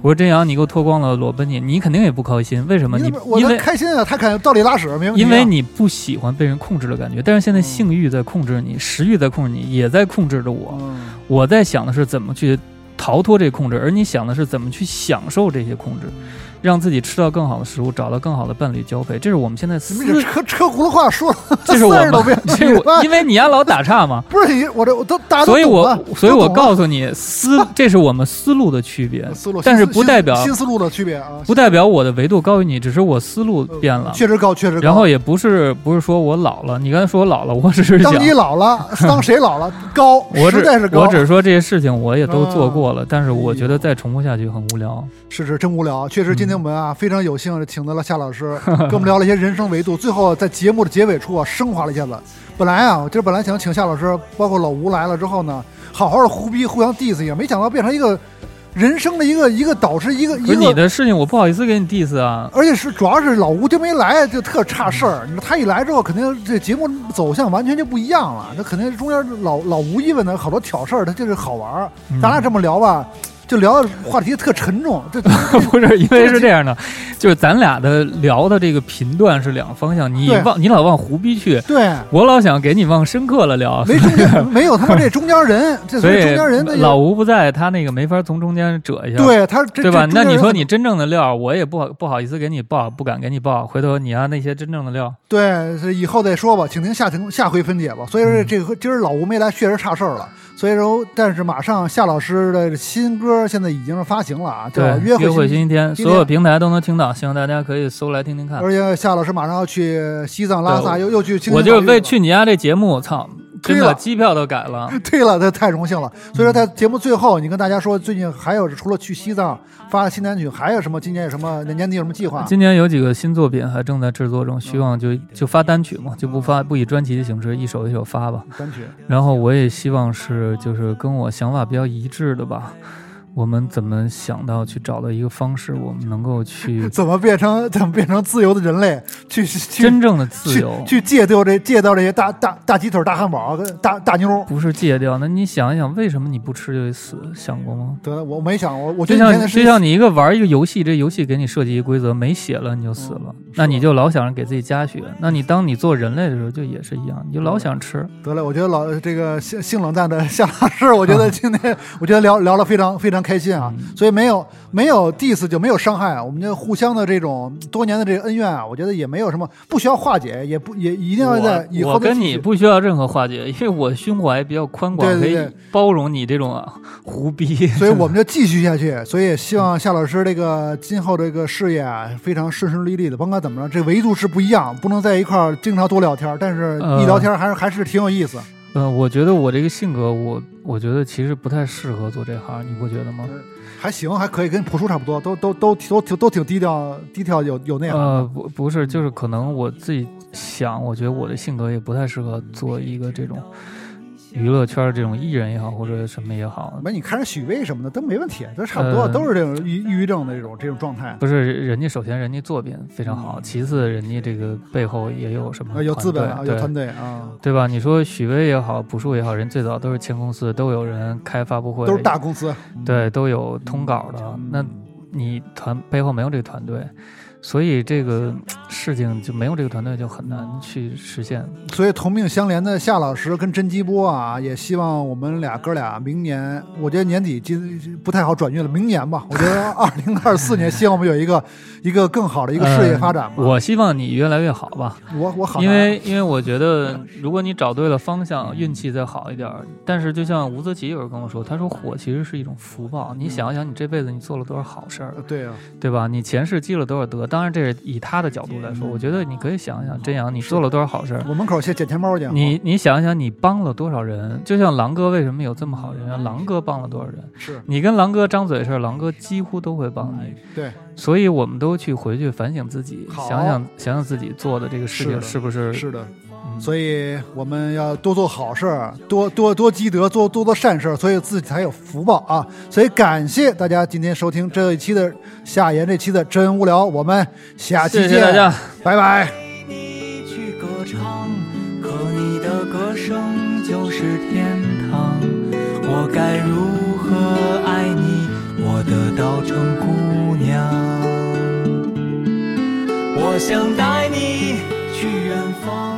我说真阳，你给我脱光了裸奔你，你肯定也不开心。为什么？
你
你
怎么我
因
能
为
开心啊，他肯道理拉屎，没问题啊。
因为你不喜欢被人控制的感觉，但是现在
嗯
性欲在控制你，食欲在控制你，也在控制着我。
嗯，
我在想的是怎么去逃脱这个控制，而你想的是怎么去享受这些控制，让自己吃到更好的食物，找到更好的伴侣交配。这是我们现在
你 <laughs>
思
们，这车车轱辘话说了，
这是我
事儿都没
们， <laughs> 这是我，
有。
因为你丫老打岔嘛
不是你，我这我都大家都
所以
懂
我
了，
所以
都
我
懂了
告诉你，思，
<laughs>
这是我们思路的区别，
思路，
但是
新思
不代表
新新思路的区别啊，嗯
不代表我的维度高于你，只是我思路变了。
确实高，确实高。
然后也不是不是说我老了，你刚才说我老了，我只是想
当你老了，当谁老了高，
我
实
只
在是高，嗯哎
我只是说这些事情我也都做过了，但是我觉得再重复下去很无聊。
是是真无聊。确实，今
嗯
天我们啊、非常有幸请到了夏老
<laughs>
师，跟我们聊了一些人生维度。最后在节目的结尾处啊，升华了一下子。本来啊，我今儿本来想请夏老师，包括老吴来了之后呢，好好的胡逼互相 diss 一下，没想到变成一个人生的一个一个导师，一个
不
一
是你
个
的事情，我不好意思给你 diss 啊。
而且是主要是老吴就没来，就特差事儿。你说他一来之后，肯定这节目走向完全就不一样了。那肯定中间老老吴一问呢，好多挑事儿，他就是好玩儿。
<laughs> 嗯
咱俩这么聊吧，就聊的话题特沉重，这 <laughs>
不是，因为是这样的，就是咱俩的聊的这个频段是两个方向，你
对
往你老往胡逼去，
对
我老想给你往深刻了聊，
没中间没有他
<laughs>
妈这中间人，这
啊所
所
以
以中间人的
老吴不在，他那个没法从中间折一下，
对他这
对吧？
这中
那
间
你
人
说
很
你真正的料，我也不好不好意思给你报，不敢给你报。回头你要啊那些真正的料，
对是以后再说吧，请听下听下回分解吧。所以说
嗯
这个今儿老吴没来确实差事儿了，所以说但是马上夏老师的新歌现在已经是发行了啊，叫
对
《
约
会
星期天，
今
所有
天
平台都能听到，希望大家可以搜来听听看。
而且夏老师马上要去西藏拉萨，
对
又又去青
我
青
就是
草
为
原
去你家这节目，操，真
亏
的
了
机票都改了。
<laughs> 对了，这太荣幸了。所以说，
嗯
在节目最后，你跟大家说，最近还有除了去西藏发新单曲，还有什么？今年有什么？年底有什么计划？
今年有几个新作品还正在制作中，希望就
嗯
就发单曲嘛，就不发不以专辑的形式一首一首发吧。
单曲
然后我也希望是就是跟我想法比较一致的吧。我们怎么想到去找到一个方式，我们能够去
怎么变成怎么变成自由的人类？去 <laughs> 去
真正的自
去
由？
去戒掉这戒掉这些大大大鸡腿、大汉堡、跟大大妞。
不是戒掉，那你想一想，为什么你不吃就得死？想过吗？
得，我没想过，我觉
就
得你现
像
在
就是像你一个玩一个游戏，这游戏给你设计一个规则，没血了你就死了，
嗯是
那你就老想着给自己加血。那你当你做人类的时候，就也是一样，你就老想吃。
得了，我觉得老这个性性冷淡的夏老师，我觉
啊
得今天、我觉得聊聊了非常非常开心啊，
嗯
所以没有没有 diss 就没有伤害啊，我们就互相的这种多年的这个恩怨啊，我觉得也没有什么不需要化解，也不也一定要在以
我
后
我
的
跟
继
你
续
不需要任何化解，因为我胸怀比较宽广，
对对
可以
对
包容你这种 <laughs> 啊胡逼。 <laughs>
所以我们就继续下去，所以也希望夏老师这个今后这个事业啊，非常顺顺利利的。甭管怎么着，这维度是不一样，不能在一块儿经常多聊天儿，但是
呃
一聊天儿还是、还是挺有意思。
呃，我觉得我这个性格，我我觉得其实不太适合做这行，你不觉得吗？
还行，还可以，跟朴树差不多，都都都都挺都挺低调，低调有有啊内涵。
呃，不不是，就是可能我自己想，我觉得我的性格也不太适合做一个这种娱乐圈儿这种艺人也好，或者什么也好。
没，你看人许巍什么的都没问题，都差不多，
呃
都是这种抑抑郁症的这种这种状态。
不是人家，首先人家作品非常好，其次人家这个背后也有什么
呃，有资本嗯啊，
团
有
队
团队啊，
对吧？你说许巍也好，朴树也好，人最早都是签公司，都有人开发布会，
都是大嗯公司。
对，都有通稿的。那
嗯
你团背后没有这个团队，所以这个事情就没有这个团队就很难去实现。
所以同命相连的夏老师跟甄姬波啊，也希望我们俩哥俩明年，我觉得年底今不太好转运了，明年吧，我觉得二零二四年，希望我们有一个一个更好的一个事业发展吧。
呃我希望你越来越好吧，
我我好难，
因为因为我觉得，如果你找对了方向，运气再好一点儿。但是就像吴泽奇有人跟我说，他说火其实是一种福报。
嗯
你想想，你这辈子你做了多少好事儿，
呃对啊，
对吧？你前世积了多少德？当然，这是以他的角度
嗯
来说，我觉得你可以想想，真阳你做了多少好事儿。
我门口去捡钱包去。啊
你你想想，你帮了多少人？就像狼哥为什么有这么好人啊？狼哥帮了多少人？
是
你跟狼哥张嘴是，狼哥几乎都会帮你。
嗯对，
所以我们都去回去反省自己，
好
想想想想自己做的这个事
是
情
的
是不是
是的，
嗯
所以我们要多做好事儿，多多多积德，做多做善事儿，所以自己才有福报啊！所以感谢大家今天收听这一期的夏言这期的真无聊，我们下啊期
谢
见，
谢大家。
拜拜。
你去歌唱，可你的歌声就是天堂。我该如何爱你，我的稻城姑娘？我想带你去远方。